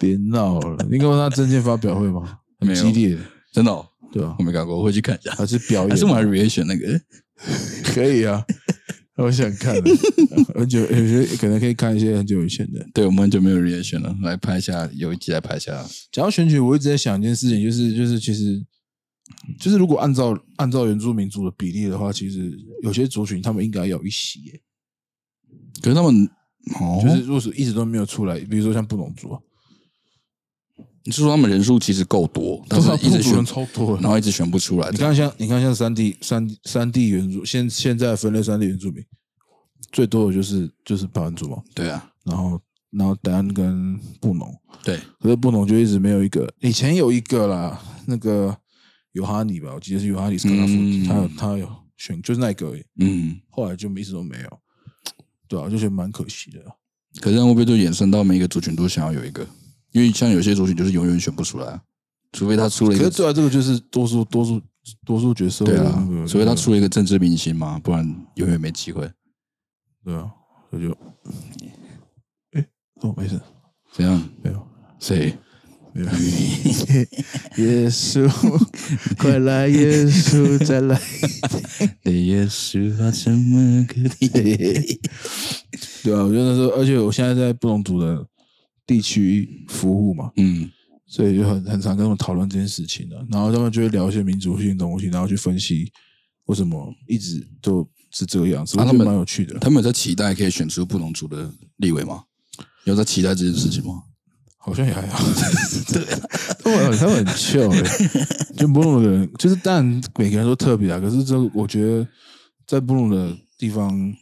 B: 别闹了，你跟我他证件发表会吗？很
A: 没有
B: 激烈，
A: 真的哦、
B: 对吧
A: 我？没看过，我会去看一下。
B: 还是表演？
A: 还是我们来 reaction 那个？
B: 可
A: [LAUGHS]
B: 以啊，我想看了很久，有些可能可以看一些很久以前的。
A: 对，我们很久没有 reaction 了，来拍一下，有一集来拍一下。
B: 讲到选举，我一直在想一件事情，就是就是其实就是如果按照按照原住民族的比例的话，其实有些族群他们应该有一席耶，
A: 可是他们哦，
B: 就是如果是一直都没有出来，比如说像布农族啊，
A: 你是说他们人数其实够多，但是
B: 对啊
A: 一直
B: 布农族
A: 选
B: 人，超多的
A: 然。后一直选不出来
B: 你。看像你看像三地三三地原住，现现在分类三地原住民最多的就是就是排湾族嘛，
A: 对啊，
B: 然后然后丹跟布农，
A: 对，
B: 可是布农就一直没有一个，以前有一个啦，那个尤哈尼吧，我记得是尤哈尼斯卡拉夫，
A: 嗯
B: 他有他有选，就是那一个而已，
A: 嗯。
B: 后来就一直都没有，对啊，我就觉得蛮可惜的啊。
A: 可是会不会就衍生到每一个族群都想要有一个？因为像有些族群就是永远选不出来啊，除非他出了
B: 可
A: 一
B: 是
A: 个
B: 对啊，这个嗯就是多数多数多数角色
A: 对
B: 的
A: 啊
B: 那个，
A: 除非他出了一个政治明星嘛，不然永远没机会。
B: 对啊，我就
A: 嗯
B: 哎哦没事
A: 怎样？
B: 没有。
A: 谁？ [LAUGHS]
B: 没有
C: 耶稣，快来，耶稣，再来。
A: 耶稣啊，什么个地？
B: 对啊，我觉得那时候，而且我现在在不同族的地区服务嘛，
A: 嗯，
B: 所以就很很常跟他们讨论这件事情的、然后他们就会聊一些民族性的东西，然后去分析为什么一直都是这个样子，
A: 啊
B: 我
A: 他
B: 觉
A: 们
B: 得蛮有趣的。
A: 他们有在期待可以选出不同族的立委吗？有在期待这件事情吗？
B: 好像也还好， [LAUGHS] 对、啊，他们很 chill，欸就布隆的人，就是当然每个人都特别啊，可是这我觉得在布隆的地方，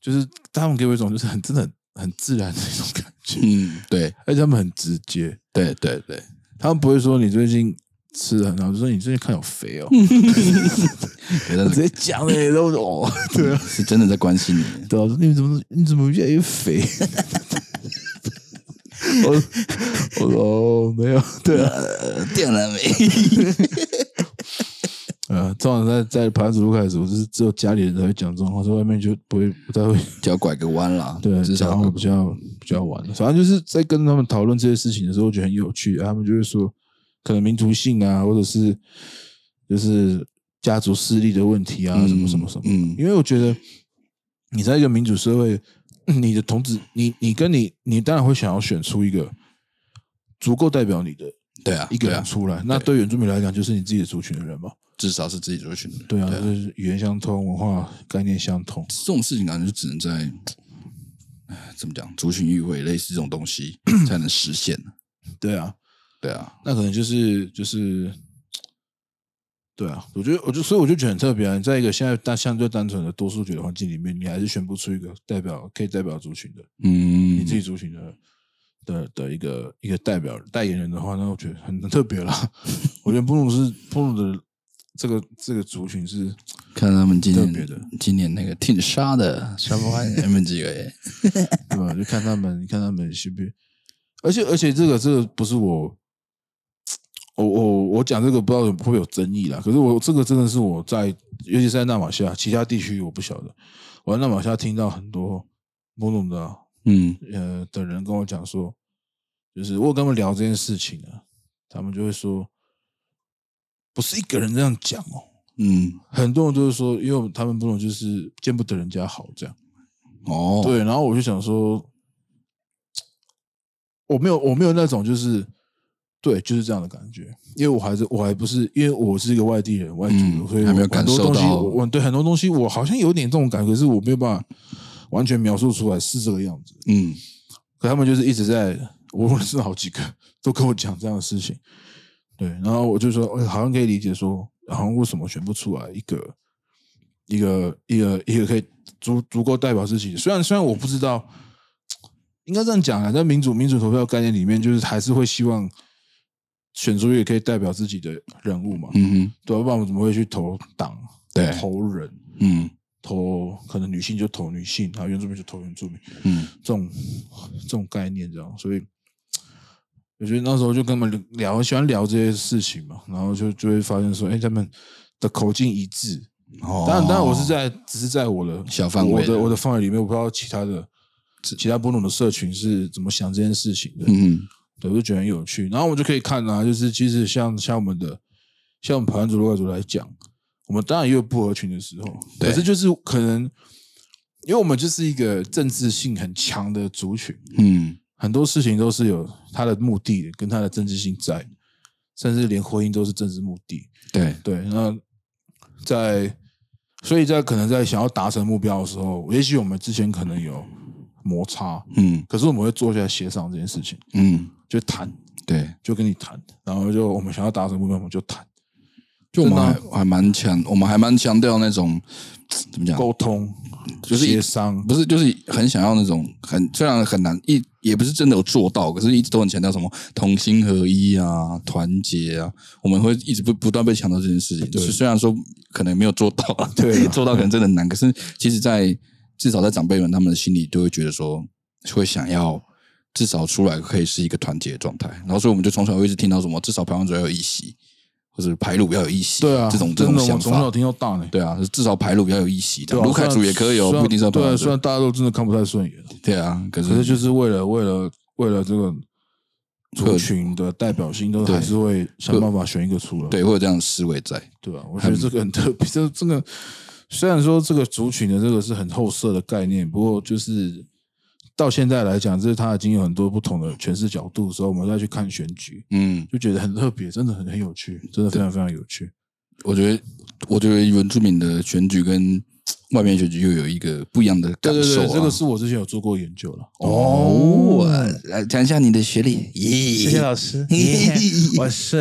B: 就是他们给我一种就是很真的很很自然的一种感觉，
A: 嗯，对，
B: [LAUGHS] 而且他们很直接，
A: 对，对，对。
B: 他们不会说你最近吃的很好，就说你最近看有肥哦，
A: 对但是
B: 直接讲的也都哦，对啊，
A: 是真的在关心你。
B: 对啊，说你怎么你怎么越来越肥？ [LAUGHS] 我我说哦没有，对啊，
A: 呃，电了没？
B: 呃，通常在在盘子路开始，我就是只有家里人才会讲这种话，在外面就不会不太会，
A: 脚拐个弯啦，
B: 对啊，
A: 至
B: 然
A: 少
B: 后比较比较晚，反正就是在跟他们讨论这些事情的时候，我觉得很有趣，啊他们就会说可能民族性啊，或者是就是家族势力的问题啊，什么什么什么，
A: 嗯，
B: 因为我觉得你在一个民主社会，你的同子，你你跟你，你当然会想要选出一个足够代表你的
A: 对啊，
B: 一个
A: 对
B: 人
A: 啊，
B: 出来。那对原住民来讲，就是你自己的族群的人嘛。
A: 至少是自己族群的人。
B: 对啊，就是语言相通，文化概念相通。
A: 这种事情感觉就只能在，唉怎么讲，族群议会类似这种东
B: [CLEARS THROAT]
A: 西才能实现。
B: 对啊，
A: 对啊，
B: 那可能就是就是，对啊，我觉得我就所以我就觉得很特别啊。你在一个现在大相对单纯的多数决的环境里面，你还是选不出一个代表可以代表族群的。
A: 嗯，
B: 你自己族群的的的一个一个代表代言人的话，那我觉得很很特别啦。 [LAUGHS] 我觉得布鲁是布鲁的这个这个族群是，
A: 看他们今
B: 特别的
A: 年今年那个挺杀的沙发 [LAUGHS] 湾他们几个耶，
B: 对吧？就看他们，你看他们是不是？而且而且这个这个不是我，我我我讲这个不知道会不会有争议啦。可是我这个真的是我在，尤其是在纳马夏，其他地区我不晓得。我在纳马夏听到很多布鲁的啊
A: 嗯
B: 呃的人跟我讲说，就是我有跟他们聊这件事情啊，他们就会说，不是一个人这样讲哦，
A: 嗯，
B: 很多人就是说，因为他们不懂，就是见不得人家好这样。
A: 哦，，
B: 对，然后我就想说，我没有我没有那种就是对就是这样的感觉，因为我还是我还不是因为我是一个外地人外族，
A: 嗯
B: 所以我
A: 还没有
B: 很多
A: 感受
B: 东西
A: 到
B: 我对很多东西我好像有点这种感觉，可是我没有办法完全描述出来是这个样子。
A: 嗯
B: 可他们就是一直在，我认识好几个都跟我讲这样的事情，对，然后我就说，哎好像可以理解说，好像为什么选不出来一个一个一个一个可以足足够代表自己，虽然虽然我不知道，应该这样讲啊，在民主民主投票概念里面，就是还是会希望选出一个可以代表自己的人物嘛，
A: 嗯哼，
B: 对啊，不然我们怎么会去投党、
A: 对，
B: 投人、
A: 嗯
B: 投可能女性就投女性，然后原住民就投原住民，
A: 嗯
B: 这种这种概念，这样，所以我觉得那时候就跟他们聊，喜欢聊这些事情嘛，然后就就会发现说，哎、他们的口径一致。
A: 哦，
B: 当然，当然，我是在只是在我的
A: 小范围
B: 我的
A: 的
B: 我的范围里面，我不知道其他的其他不同的社群是怎么想这件事情的。
A: 嗯
B: 对，我就觉得很有趣。然后我们就可以看啊，就是其实像像我们的像我们台湾族、外族来讲，我们当然也有不合群的时候，
A: 对
B: 可是就是可能，因为我们就是一个政治性很强的族群，
A: 嗯
B: 很多事情都是有它的目的的，跟它的政治性在，甚至连婚姻都是政治目的。
A: 对，
B: 对，那在所以在可能在想要达成目标的时候，也许我们之前可能有摩擦，
A: 嗯
B: 可是我们会坐下来协商这件事情，
A: 嗯
B: 就谈。
A: 对，
B: 就跟你谈，然后就我们想要达成目标，我们就谈
A: 就我们
B: 真的啊
A: 还还蛮强，我们还蛮强调那种怎么讲，
B: 沟通，
A: 就是
B: 协商，
A: 不是，就是很想要那种很虽然很难一也不是真的有做到，可是一直都很强调什么同心合一啊、团结啊，我们会一直不不断被强调这件事情。就是虽然说可能没有做到啊， [LAUGHS]
B: 对啊
A: 做到可能真的很难，可是其实在，至少在长辈们他们的心里都会觉得说，会想要至少出来可以是一个团结的状态。然后所以我们就从小会一直听到什么，至少排湾族要有义席，或者排鲁要有义席，
B: 对啊，
A: 这种这
B: 真
A: 种
B: 的我
A: 想
B: 从小
A: 法。
B: 听到大呢。
A: 对啊，至少排鲁要有义席的，
B: 啊
A: 卢凯
B: 虽
A: 族
B: 然
A: 也可以哦，
B: 虽然
A: 不一定是要排
B: 对啊，
A: 湾
B: 虽
A: 族。
B: 然大家都真的看不太顺眼，
A: 对啊，可是
B: 可是就是为了为了为了这个族
A: 对
B: 群的代表性，都
A: 对
B: 还是会想办法选一个出来。
A: 对会有这样的思维在，
B: 对啊，我觉得这个很特别，这这个虽然说这个族群的这个是很后设的概念，不过就是。到现在来讲，就是它已经有很多不同的诠释角度，所以我们再去看选举，
A: 嗯，
B: 就觉得很特别，真的很很有趣，真的非常非常有趣。
A: 我觉得我觉得原住民的选举跟外面选举又有一个不一样的感受、啊，
B: 这个是我之前有做过研究了。
A: 哦，来讲一下你的学历，咦，
C: [LAUGHS] 谢谢
B: 啊
C: 老 [LAUGHS] 师，耶我是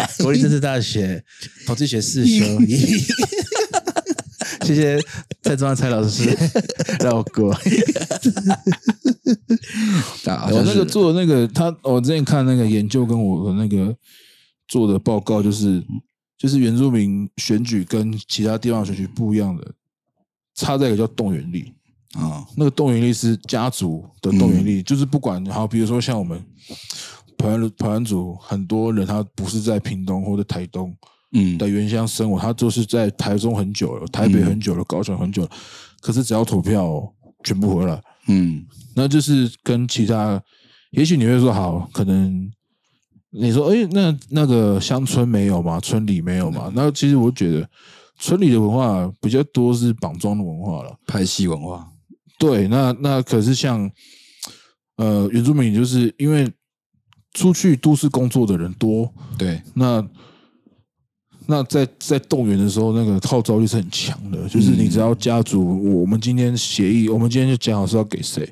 C: 啊国立政治大 [LAUGHS] 学统计学四修，耶 [LAUGHS] 谢谢蔡宗汉蔡老 [LAUGHS] 师让我过。
A: 大好
B: 我
A: 像是
B: 那个做的那个他，我之前看那个研究跟我的那个做的报告，就是就是原住民选举跟其他地方选举不一样的，差在一个叫动员力。
A: 啊、
B: 那个动员力是家族的动员力，就是不管好，比如说像我们台湾台湾族很多人，他不是在屏东或者台东，
A: 嗯，
B: 的原乡生活，他就是在台中很久了，台北很久了，高雄很久了，可是只要投票、全部回来，
A: 嗯，
B: 那就是跟其他，也许你会说好，可能你说哎、诶那那个乡村没有嘛，村里没有嘛？那其实我觉得村里的文化比较多是绑桩的文化了。
A: 派系文化，
B: 对，那那可是像呃原住民，就是因为出去都市工作的人多，
A: 对，
B: 那那在在动员的时候，那个号召力是很强的，就是你只要家族，我我们今天协议，我们今天就讲好是要给谁，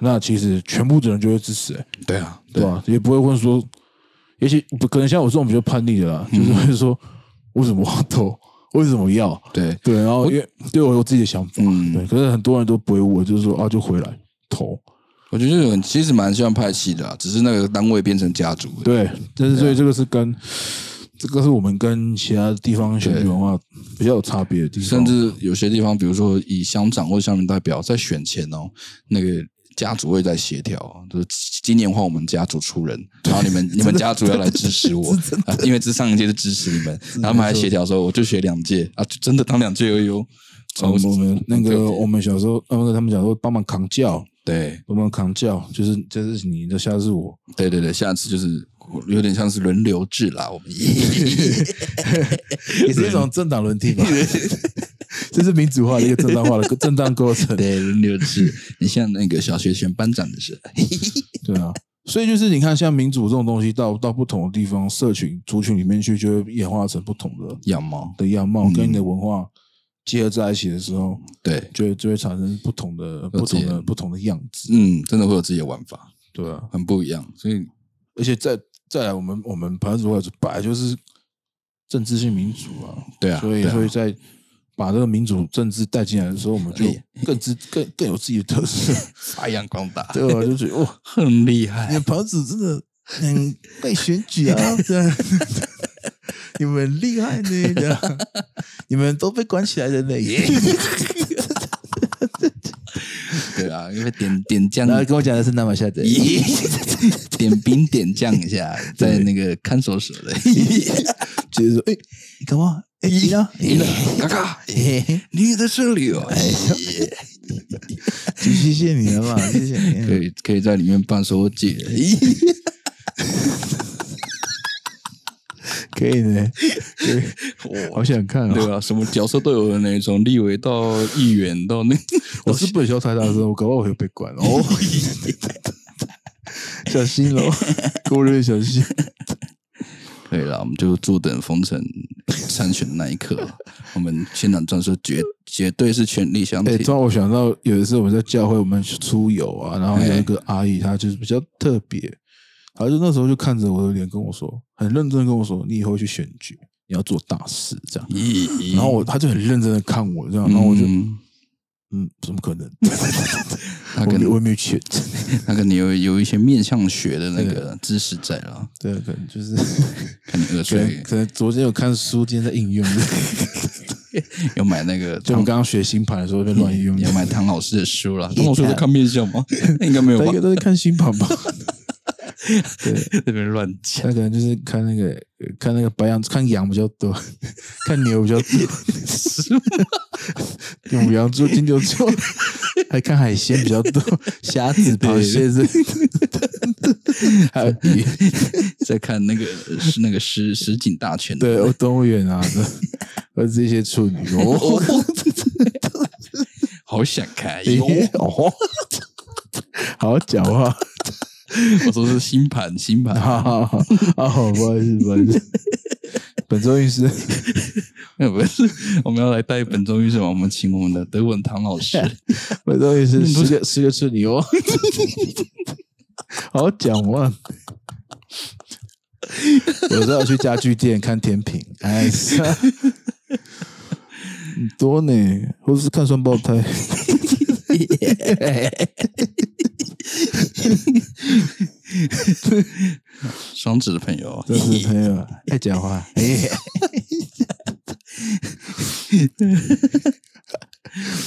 B: 那其实全部的人就会支持、欸，
A: 对啊，
B: 对吧？也不会问说，也许不可能像我这种比较叛逆的啦，就是会说为什么我要投，为什么要？
A: 对，
B: 对，然后因为对我有自己的想法，
A: 嗯
B: 对，可是很多人都不会问，就是说啊，就回来投，
A: 我觉得这种其实蛮像派系的、啊，只是那个单位变成家族，，
B: 对，但
A: 啊
B: 是所以这个是跟、这个是我们跟其他地方选举文化比较有差别的地方，
A: 甚至有些地方，比如说以乡长或乡民代表在选前哦，那个家族会在协调，就是今年换我们家族出人，然后你
B: [LAUGHS]
A: 们你们家族要来支持我，啊因为这上一届就支持你们，然后他们还协调说，我就学两届啊，就真的当两届而已哦。
B: 呃我们那个我们小时候，呃，他们讲说帮忙扛轿，
A: 对 [LAUGHS]
B: 帮忙扛轿，就是这是你的，下次我，
A: 对对对，下次就是有点像是轮流制啦。
B: [LAUGHS]
A: 我们
C: 也是一种政党轮替吧。
B: [LAUGHS] 这是民主化的一个正当化的 [LAUGHS] 正当过程，
A: 对轮流制，你像那个小学选班长的时候，
B: 对啊。所以就是你看，像民主这种东西到，到不同的地方、社群、族群里面去，就会演化成不同的
A: 养猫，
B: 的样貌，跟你的文化结合在一起的时候，
A: 对，
B: 就会就会产生不同的、呃不同的、不同的样子，
A: 嗯，真的会有自己的玩法，
B: 对啊。
A: 很不一样。所以
B: 而且再再来我，们我们台湾主外本来就是政治性民主啊，
A: 对啊
B: 所以
A: 对啊
B: 所以在把这个民主政治带进来的时候，我们就
A: 哎
B: 更知更更有自己的特色，
A: 发扬光大，
B: 对
C: 哦
B: 吧？就觉得哇，
A: 很厉
C: 你
A: 害。
C: 们房子真的很会选举啊， [LAUGHS] 对啊，你们很厉害呢，对 [LAUGHS] 啊，你们都被关起来的呢。
A: [LAUGHS]
C: [LAUGHS]
A: 对啊，因为点点将 [LAUGHS]
C: 然后跟我讲的是南马下的，
A: 咦点兵点将一下，在那个看守所的，
C: 就是说，哎、你干嘛？哎、
B: [LAUGHS]
C: 你呢？你呢？
A: 嘎嘎，
C: 嘿嘿
A: 你也在这里哦，
C: 就谢谢你了 [LAUGHS] 嘛，谢谢
A: 哎可
C: 你。
A: 以可以在里面办收戒，
C: 可以呢，好想看
A: [LAUGHS]
C: 啊、
A: 对啊，什么角色都有的那种，立委到议员到那 [LAUGHS]
B: 我是不能笑太大声，我搞不好我会被关
C: [LAUGHS]
B: 哦，
C: 小心 [LAUGHS] 喽，各位小心。
A: 可以了，我们就坐等封城参选那一刻。我们现场战术绝绝对是全力相
B: 哎、
A: 挺。
B: 突然我想到有一次我们在教会，我们出游啊，然后有一个阿姨，她就是比较特别，她就那时候就看着我的脸跟我说，很认真地跟我说，你以后去选举，你要做大事这样。
A: 咦
B: 然后我，她就很认真的看我这样，然后我就，嗯
A: 嗯
B: 怎么可 [LAUGHS] 能？
A: 他
B: 我
A: 跟
B: 没我也没有 [LAUGHS] 选，
A: 他跟你有有一些面向学的那个知识在了，
C: 对，可能就是
A: 看你二
B: 可能
A: 岁
B: 可能昨天有看书，今天在 [LAUGHS] 应用，
A: 有买那个
B: 就我
A: 唐
B: 们刚刚学星盘的时候被乱应 [LAUGHS] 用，
A: 有买唐老师的书了。唐老师有在看面相吗？
B: [LAUGHS]
A: 应该没有
B: 大
A: 吧
B: 家应该？都在看星盘吧？对。
A: 这边乱讲。
B: 他可能就是看那个呃看那个白羊，看羊比较多， [LAUGHS] 看牛比较 [LAUGHS] 多，母羊座、金牛座，还看海鲜比较
C: [LAUGHS]
B: 多，虾子、螃蟹是， [LAUGHS] 还有鱼，
A: 在看那个是那个实实景大全。
B: 对，哦动物园啊，对而这些处 [LAUGHS] 女哦，
A: 好想看
B: 诶
A: 哟！
B: 哦， [LAUGHS] 好好讲话，
A: 我说是星盘，星
B: [LAUGHS]
A: 盘。
B: 好好好，好，哦不好意思，不好意思，本周运
A: [LAUGHS]
B: 势。
A: 那哎不是，我们要来带本周运势嘛？我们请我们的德文唐老师。
B: [LAUGHS] 我东西是十个十个处女哦， [LAUGHS] 好讲话。有时候去家具店看天平，哎，是啊很 [LAUGHS] 多呢，或者是看双胞胎。
A: 双子的朋友，
B: 真是朋友爱讲话，哎，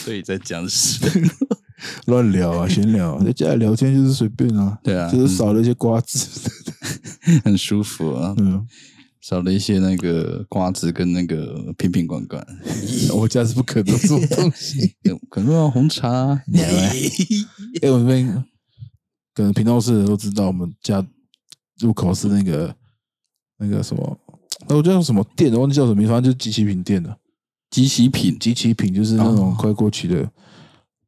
A: 所以在讲是，
B: 乱聊啊，闲聊啊，在家里聊天就是随便啊，
A: 对啊
B: 就是少了一些瓜子，
A: 很舒服啊，
B: 嗯，
A: 少了一些那个瓜子跟那个瓶瓶罐罐，
B: 我家是不可能做东
A: [LAUGHS]
B: 西，
A: 可能啊红茶
B: [LAUGHS]
A: 啊，
B: 哎，我们这边可能屏东市的都知道，我们家入口是那个那个什么，那我叫什么店，我忘记叫什么名，反正就是集齐品店的。
A: 集齐品，
B: 集齐品就是那
A: 哦
B: 种快过期的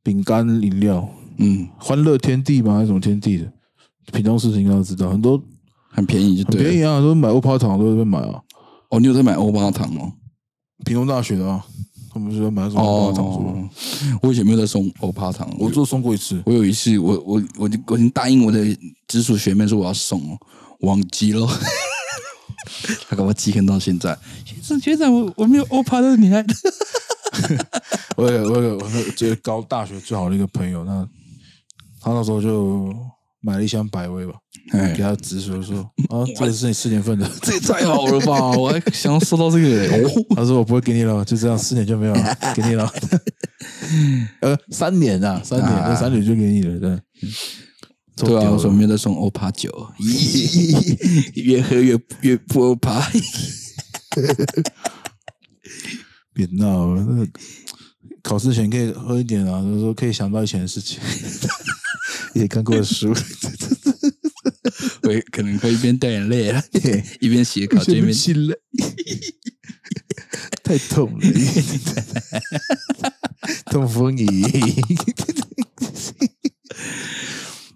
B: 饼干、饮料，
A: 嗯，
B: 欢乐天地嘛，还是什么天地的？屏东市应该都知道，很多
A: 很便宜就
B: 很
A: 对
B: 便
A: 了。
B: 宜啊，都买欧泡糖都在那边买啊。
A: 哦，你有在买欧巴糖哦？
B: 屏东大学的啊，他们是在买什么欧泡糖
A: 哦，我以前没有在送欧巴糖，
B: 我
A: 我
B: 做送过一次，
A: 我有一次，我我我就我已经答应我的直属学妹说我要送哦，忘记了。 [LAUGHS] 她给我记恨到现在，学长学长，我我没有欧帕，但是你还
B: 我有我有我有觉得高大学最好的一个朋友，那他那时候就买了一箱百威吧，
A: [LAUGHS] 哎
B: 给他直说说啊，这个是你四年份的， [LAUGHS]
A: 这也太好了吧！我还想要收到这个嘞、哦，
B: 他说我不会给你了，就这样四年就没
A: [LAUGHS]
B: 有了，给你了， [LAUGHS] 呃，三年啊，三年，
A: 啊
B: 那三年就给你了，对。
A: 对啊，
B: 我
A: 我说没有在送欧趴
B: [LAUGHS]
A: 酒，咦越喝越越不欧
B: [LAUGHS]
A: 趴。
B: 别闹了，那个考试前可以喝一点啊，就是说 [LAUGHS] 可以想到以前的事情，也看过的书，
A: 我可以可能可以一边掉眼泪啊，
C: 对，
A: [LAUGHS] 一边写
B: 啊
A: 稿，就一边
B: 起 [LAUGHS] 来，
C: 太痛
B: [LAUGHS]
C: 了，痛风仪。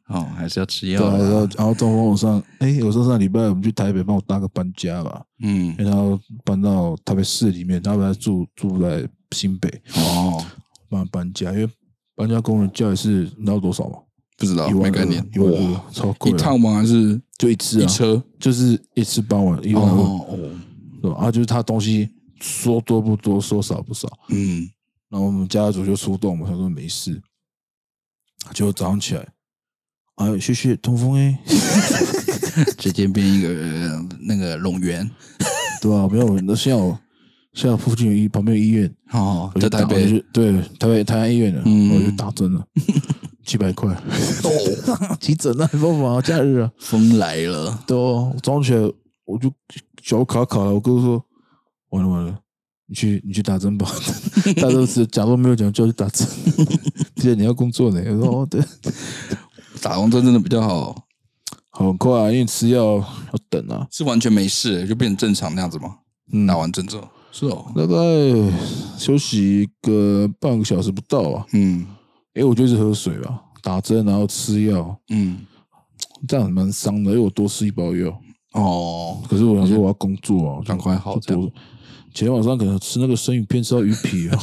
A: 哦，还是要吃
B: 对
A: 药
B: 啊，然后
A: 啊。
B: 然后中风我上，哎，我说上礼拜我们去台北帮我搭个搬家吧，
A: 嗯，
B: 然后搬到台北市里面，他本来住住在新北，
A: 哦，
B: 帮他搬家，因为搬家工人价也是你知道多少吗？
A: 不知道，
B: 一万
A: 没
B: 二
A: 概念，
B: 一万二，超贵
A: 一
B: 的，
A: 趟吗？还是
B: 就一次
A: 一
B: 啊，
A: 车？
B: 就是一次搬完一万二，
A: 哦哦，
B: 对吧？啊，就是他东西说多不多，说少不少。
A: 嗯，
B: 然后我们家族就出动，嘛，他说没事。结果早上起来，哎，谢谢通风哎，
A: 直接变一个呃那个龙源
B: 对吧、没有人，那现在我现在附近有医旁边有医院，
A: 哦
B: 我，就
A: 在
B: 打
A: 台
B: 我
A: 北
B: 就对台北台安医院的，
A: 嗯哦
B: 我就打
A: [LAUGHS]
B: 针了，七百块，急诊啊，没办法啊，假日啊，
A: 风来了，
B: 对哦，我早上起来我就脚卡卡了，我哥说完了完了，你去你去打针吧， [LAUGHS] 他都是假装没有讲，叫我去
A: [LAUGHS]
B: 打针， [LAUGHS] 记得你要工作呢，我说哦对。
A: 打完针真的比较好，
B: 很快、啊，因为吃药要等啊，
A: 是完全没事就变成正常那样子吗？
B: 嗯
A: 打完针之后是哦，
B: 大概休息一个半个小时不到啊。
A: 嗯
B: 诶，我就是喝水吧，打针然后吃药，
A: 嗯，
B: 这样蛮伤的，因为我多吃一包药。
A: 哦，
B: 可是我想说我要工作啊，
A: 赶快好
B: 就
A: 这
B: 多。前天晚上可能吃那个生鱼片吃到鱼
A: [LAUGHS]
B: 皮啊，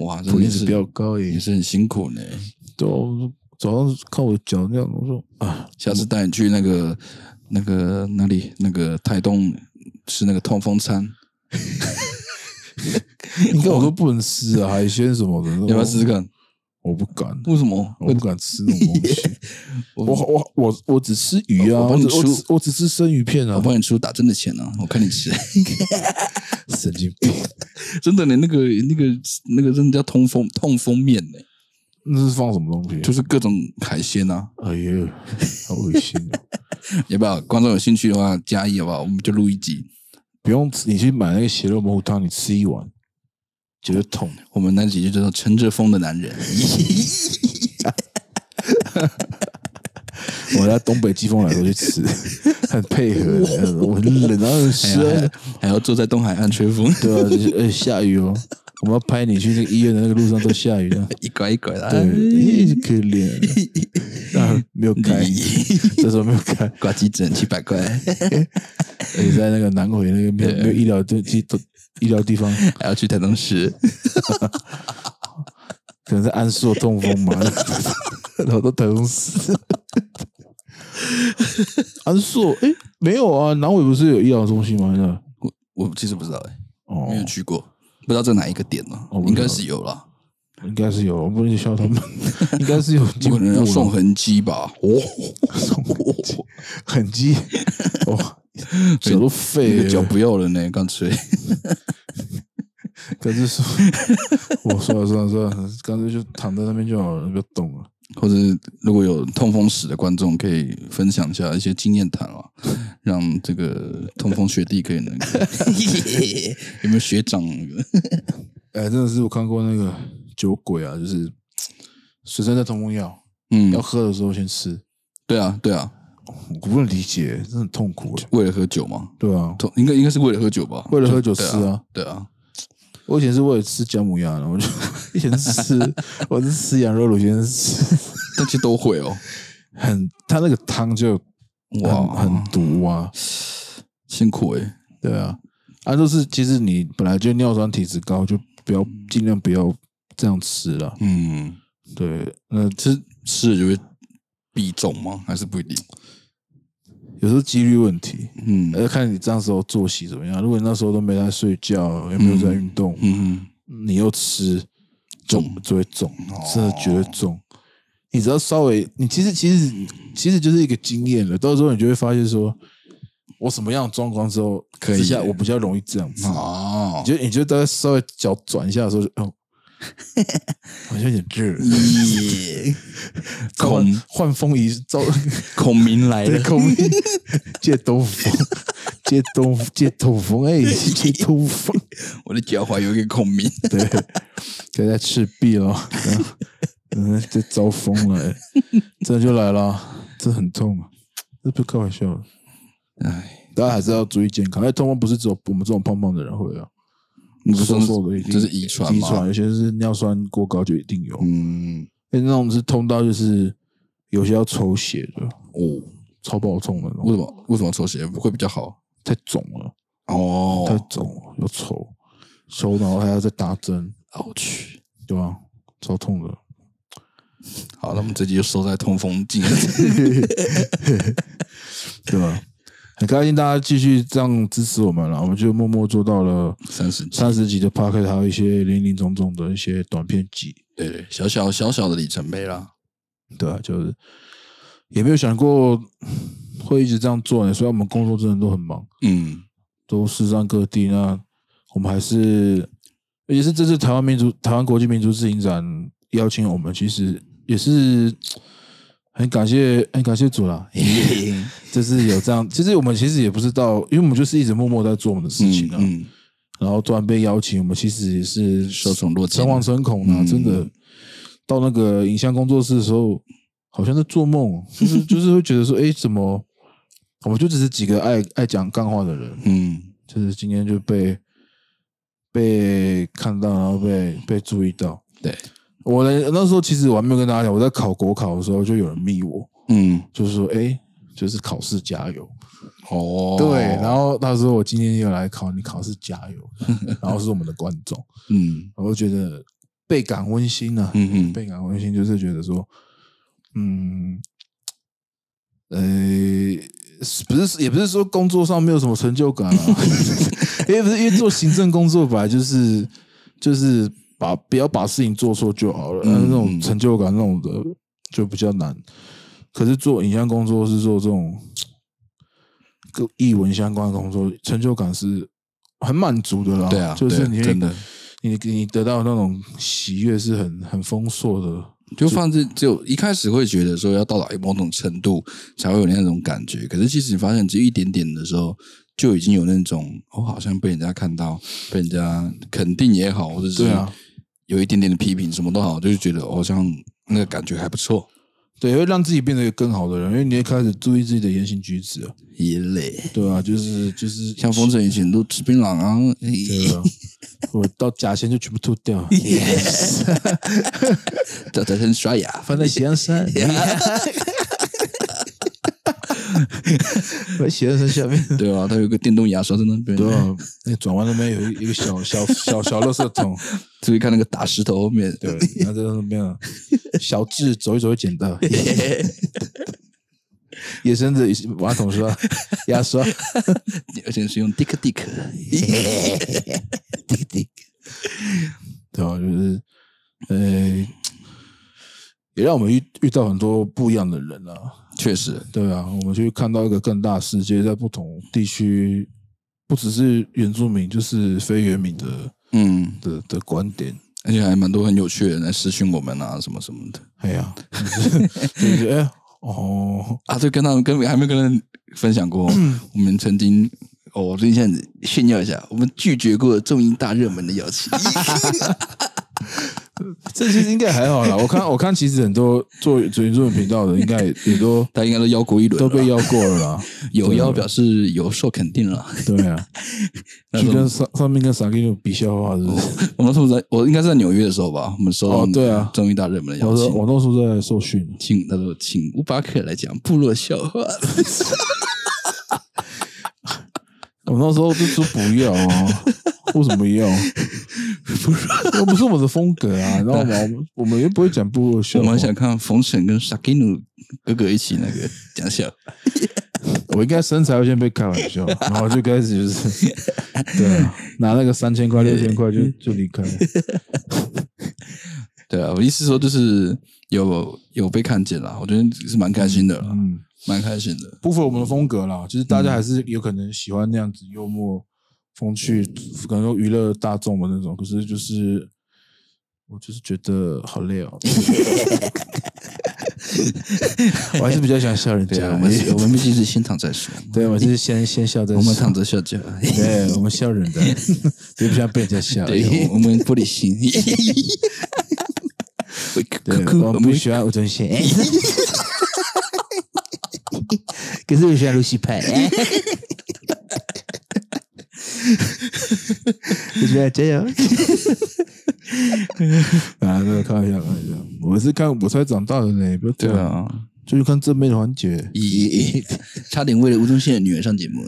A: 哇，真
B: 普
A: 的
B: 林值
A: 是
B: 比较高
A: 也
B: 耶。
A: 是很辛苦呢。
B: 对啊，我说早上看我脚那样，我说
A: [LAUGHS]
B: 啊，
A: 下次带你去那个那个哪里那个台东吃那个痛风餐，
B: 你看我都不能吃啊，海鲜什
A: [LAUGHS]
B: 么的，
A: 要不要试试看？
B: 我不
A: [LAUGHS]
B: 敢，
A: 为什么？
B: 哦我不敢吃那种东
A: [LAUGHS]
B: 西。我我我我只吃鱼啊，
A: 我
B: 我
A: 帮你
B: 只我
A: 出
B: 只我只吃生鱼片
A: 我
B: 啊，
A: 帮你出打针的钱呢、我看你吃。
B: 神经病，
A: 真的呢，那个那个那个真的叫痛风痛风面呢，
B: 那是放什么东西？
A: 就是各种海鲜啊。
B: 哎呦，好恶心啊！
A: 要不要？观众有兴趣的话，加一好不好？我们就录一集。
B: [LAUGHS] 不用吃，你去买那个血肉蘑菇汤，你吃一碗，觉得痛。
A: 我们那集就叫做《乘着风的男人》。
B: 我在东北季风来的时候去吃， [LAUGHS] 很配合的，我很冷，然后很
A: 还
B: 湿
A: 要还
B: 啊，
A: 要 [LAUGHS] 还要坐在东海岸吹风，
B: [LAUGHS]
A: [LAUGHS]
B: 对啊，就是哎下雨哦，我们要拍你去那个医院的那个路上都下 [LAUGHS] 雨了，
A: 一拐一拐的。啊
B: 对，哎可怜啊，啊没有 [LAUGHS] 开，这时候没有开， [LAUGHS]
A: 挂急诊七百块， [LAUGHS]
B: 而且在那个南回那个没有没有医疗地地医疗地方，
A: 还要去台东市。
B: 可能是暗示我痛风
A: [LAUGHS]
B: 嘛，然后都疼死。安硕，哎，没有啊，南尾不是有医疗中心吗？那
A: 我我其实不知道哎、
B: 哦
A: 没，有去过，不知道在哪一个点呢、
B: 哦不知道
A: 应该是有啦，
B: 应该是有，我不能笑
A: [LAUGHS]
B: 他们，应该是有
A: 不
B: 进步
A: 可能
B: 了
A: 要送痕迹吧？哦，
B: 送痕迹，
A: [LAUGHS]
B: 哦，脚都
A: 那
B: 废
A: 个脚
B: 了，
A: 不要了呢，干脆
B: 可是说，我算了算了算了，干脆就躺在那边就好了，不要动了。
A: 或者如果有痛风史的观众，可以分享一下一些经验谈 [LAUGHS] 啊，让这个痛风学弟可以那 [LAUGHS] 个有没有学长那个？
B: 哎，真的是我看过那个酒鬼啊，就是随身带痛风药，要
A: 嗯，
B: 喝的时候先吃，
A: 对啊，对啊，
B: 我不能理解，真的很痛苦哎。
A: 为了喝酒嘛，
B: 对啊，
A: 痛应该应该是为了喝酒吧？
B: 为了喝酒
A: 对
B: 吃
A: 啊，
B: 啊。
A: 对啊，
B: 我以前是为了吃姜母鸭，然后就 [LAUGHS] 以前是
A: [LAUGHS]
B: 吃，我是吃羊肉卤先吃，
A: 但其实都会哦，
B: 很他那个汤就很很
A: 哇，
B: 毒啊，
A: 辛苦哎、
B: 对啊，啊就是其实你本来就尿酸体质高，就不要尽量不要这样吃了。
A: 嗯，
B: 对，那
A: 其实吃了就会必中吗？还是不一定？
B: 有时候几率问题，
A: 嗯
B: 要看你这样时候作息怎么样。如果你那时候都没在睡觉，也没有在运动，
A: 嗯，
B: 你又吃
A: 中
B: 就会中
A: 哦，
B: 真的绝对中。你只要稍微，你其实其实其实就是一个经验了。到时候你就会发现说，我什么样的状况之后
A: 可以
B: 之下，我比较容易这样子。
A: 哦
B: 你，就你就大概稍微脚转一下的时候就，
A: [LAUGHS]
B: 哦，好像有点热。
A: 耶，孔
B: 换风仪，
A: [LAUGHS]
B: 照
A: 孔明来
B: 对
A: 了，
B: 空明借东风，借东借东风，
A: [LAUGHS]
B: 哎，借东风。
A: 我的脚踝有一个孔明，
B: 对， [LAUGHS] 可以在 [LAUGHS] 嗯
A: [LAUGHS]
B: 哎赤壁哦，嗯，这招疯了、欸，真的就来了，这很痛啊，这不是开玩笑的。
A: 哎，
B: 大家还是要注意健康。哎，痛风不是只有我们这种胖胖的人会啊，
A: [LAUGHS] 你不是
B: 瘦瘦
A: 说
B: 的一定
A: 这是遗传
B: 遗
A: 吗？
B: 传，有些是尿酸过高就一定有。
A: 嗯，
B: 哎，那种是痛到就是有些要抽血的，
A: 哦，
B: 超爆痛的那
A: 为什
B: 种，
A: 么为什么抽血会比较好？
B: 太肿了，太
A: 哦，
B: 肿了，要抽，抽然后还要再打针，
A: 我去，
B: 对吧？超痛的。
A: 好，那我们这集就收在通风镜。
B: 对吧？很开心大家继续这样支持我们了，我们就默默做到了
A: [LAUGHS] 三十
B: 三十集的 p o c k e t 还有一些零零总总的一些短片集，
A: 对对，小小小小的里程碑啦。
B: 对啊，就是也没有想过会一直这样做呢。虽然我们工作真的都很忙，
A: 嗯，
B: 都世上各地，那我们还是，而且是这次台湾民族台湾国际民族摄影展邀请我们，其实也是很感谢很感谢
A: [LAUGHS]
B: 主啦，就是有这样，其实我们其实也不知道，因为我们就是一直默默在做我们的事情啊，
A: 嗯，嗯
B: 然后突然被邀请，我们其实也是
A: 受宠若惊
B: 诚惶诚恐啊，
A: 嗯
B: 真的。到那个影像工作室的时候，好像在做梦，就是就是会觉得说，哎，怎么我们就只是几个爱爱讲干话的人，
A: 嗯，
B: 就是今天就被被看到，然后被被注意到。
A: 嗯对，
B: 我的那时候其实我还没有跟大家讲，我在考国考的时候就有人密我，
A: 嗯，
B: 就是说，哎，就是考试加油。
A: 哦，
B: 对，然后他说我今天又来考，你考试加油。然后是我们的观众，
A: 嗯
B: 我就觉得倍感温馨啊，
A: 嗯嗯，
B: 倍感温馨就是觉得说，嗯，呃，不是也不是说工作上没有什么成就感
A: [LAUGHS]
B: 啊，因为不是因为做行政工作本来就是就是把不要把事情做错就好了，
A: 嗯
B: 但是
A: 嗯
B: 那种成就感那种的就比较难。可是做影像工作是做这种跟译文相关的工作，成就感是很满足的啦。
A: 对啊，
B: 就是
A: 对啊
B: 你会
A: 真的
B: 你你得到那种喜悦是很很丰硕的，
A: 就放置，只有一开始会觉得说要到达某种程度才会有那种感觉，可是其实你发现只有一点点的时候，就已经有那种哦，好像被人家看到，被人家肯定也好，或者是
B: 对啊
A: 有一点点的批评，什么都好，就是觉得哦好像那个感觉还不错。
B: 对，会让自己变得一个更好的人，因为你会开始注意自己的言行举止啊，
A: 也累，
B: 对啊，就是就是
A: 像风筝以前都吃槟榔啊，
B: 对啊，我到甲醛就全部吐掉，啊
A: 在在身刷牙，
C: [LAUGHS] 放在喜羊山，我喜羊山下面，
A: 对啊，他有一个电动牙刷在那边，
B: 对啊，那转弯那边有一一个小小小小垃圾桶，
A: 注意看那个打石头后面，
B: 对，然后在那边啊小智走一走会捡到， [LAUGHS] 野生的马桶刷、牙刷，
A: 而且是用 dick dick，
B: [LAUGHS] 对啊，就是呃，也让我们遇遇到很多不一样的人啊。
A: 确实，
B: 对啊，我们去看到一个更大的世界，在不同地区，不只是原住民，就是非原民的
A: 嗯，
B: 的的观点。
A: 而且还蛮多很有趣的人来私讯我们啊，什么什么的
B: 哎呀，就是 [LAUGHS] 就是哎、哦，
A: 啊，对，跟他们跟还没有跟人分享过，
B: [CLEARS THROAT]
A: 我们曾经。哦，我最近现在炫耀一下，我们拒绝过中英大热门的邀
B: [LAUGHS]
A: 请。
B: 这其实应该还好啦。我看我看，其实很多做原住民频道的，应该也也都
A: 他应该都邀过一轮了
B: 都
A: 啦，
B: 被邀过了啦。
A: 有邀表示有受肯定了。 [LAUGHS]
B: 对啊，
A: 那
B: 去
A: 种
B: 跟上上面跟傻给比笑话是不是？
A: 我们是不是在？我应该是在纽约的时候吧？我们收到
B: 哦对啊
A: 中英大热门的邀
B: 我
A: 请
B: 说。我那时候在受训，
A: 请他说请乌巴克来讲部落笑
B: [LAUGHS]
A: 话，
B: 我那时候就说不要啊， [LAUGHS] 为什么要？又不是我们的风格啊，然后我们我们又不会讲部落笑
A: 我
B: 话
A: 们想看冯沈跟沙基努哥哥一起那个讲笑，
B: 我应该身材会先被开玩 [LAUGHS] 笑，然后就开始就是对啊，拿那个三千块六千块就就离开了，
A: 对啊，我意思说就是有有被看见啦，我觉得是蛮开心的啦，
B: 嗯，
A: 蛮开心的，
B: 不符合我们的风格啦，就是大家还是有可能喜欢那样子幽默风趣，可能说娱乐大众的那种，可是就是我就是觉得好累 [LAUGHS] 哦。我还是比较想笑人
A: 对
B: 家，
A: 啊，我们我们毕竟是先躺再说，
B: 对，我就是先先笑再
A: 我们
B: 笑
A: 躺着笑觉，
B: [LAUGHS] 对，我们笑人
A: [LAUGHS]
B: 的，也不想被人家笑。哎
A: 对，我们玻璃 [LAUGHS] 心，
B: 对，
A: 哭哭
B: 我
A: 我
B: 不
A: 们
B: 喜欢吴宗宪。
C: 可是我喜欢卢
B: [LAUGHS]
C: 西派， [LAUGHS] 我觉得加油。
B: 啊，这个开玩笑，开玩笑。我是看我才长大的呢，不要这
A: 对
B: 样，
A: 啊，
B: 就去看正面的环节。
A: 咦，差点为了吴宗宪的女儿上节 [LAUGHS] 目，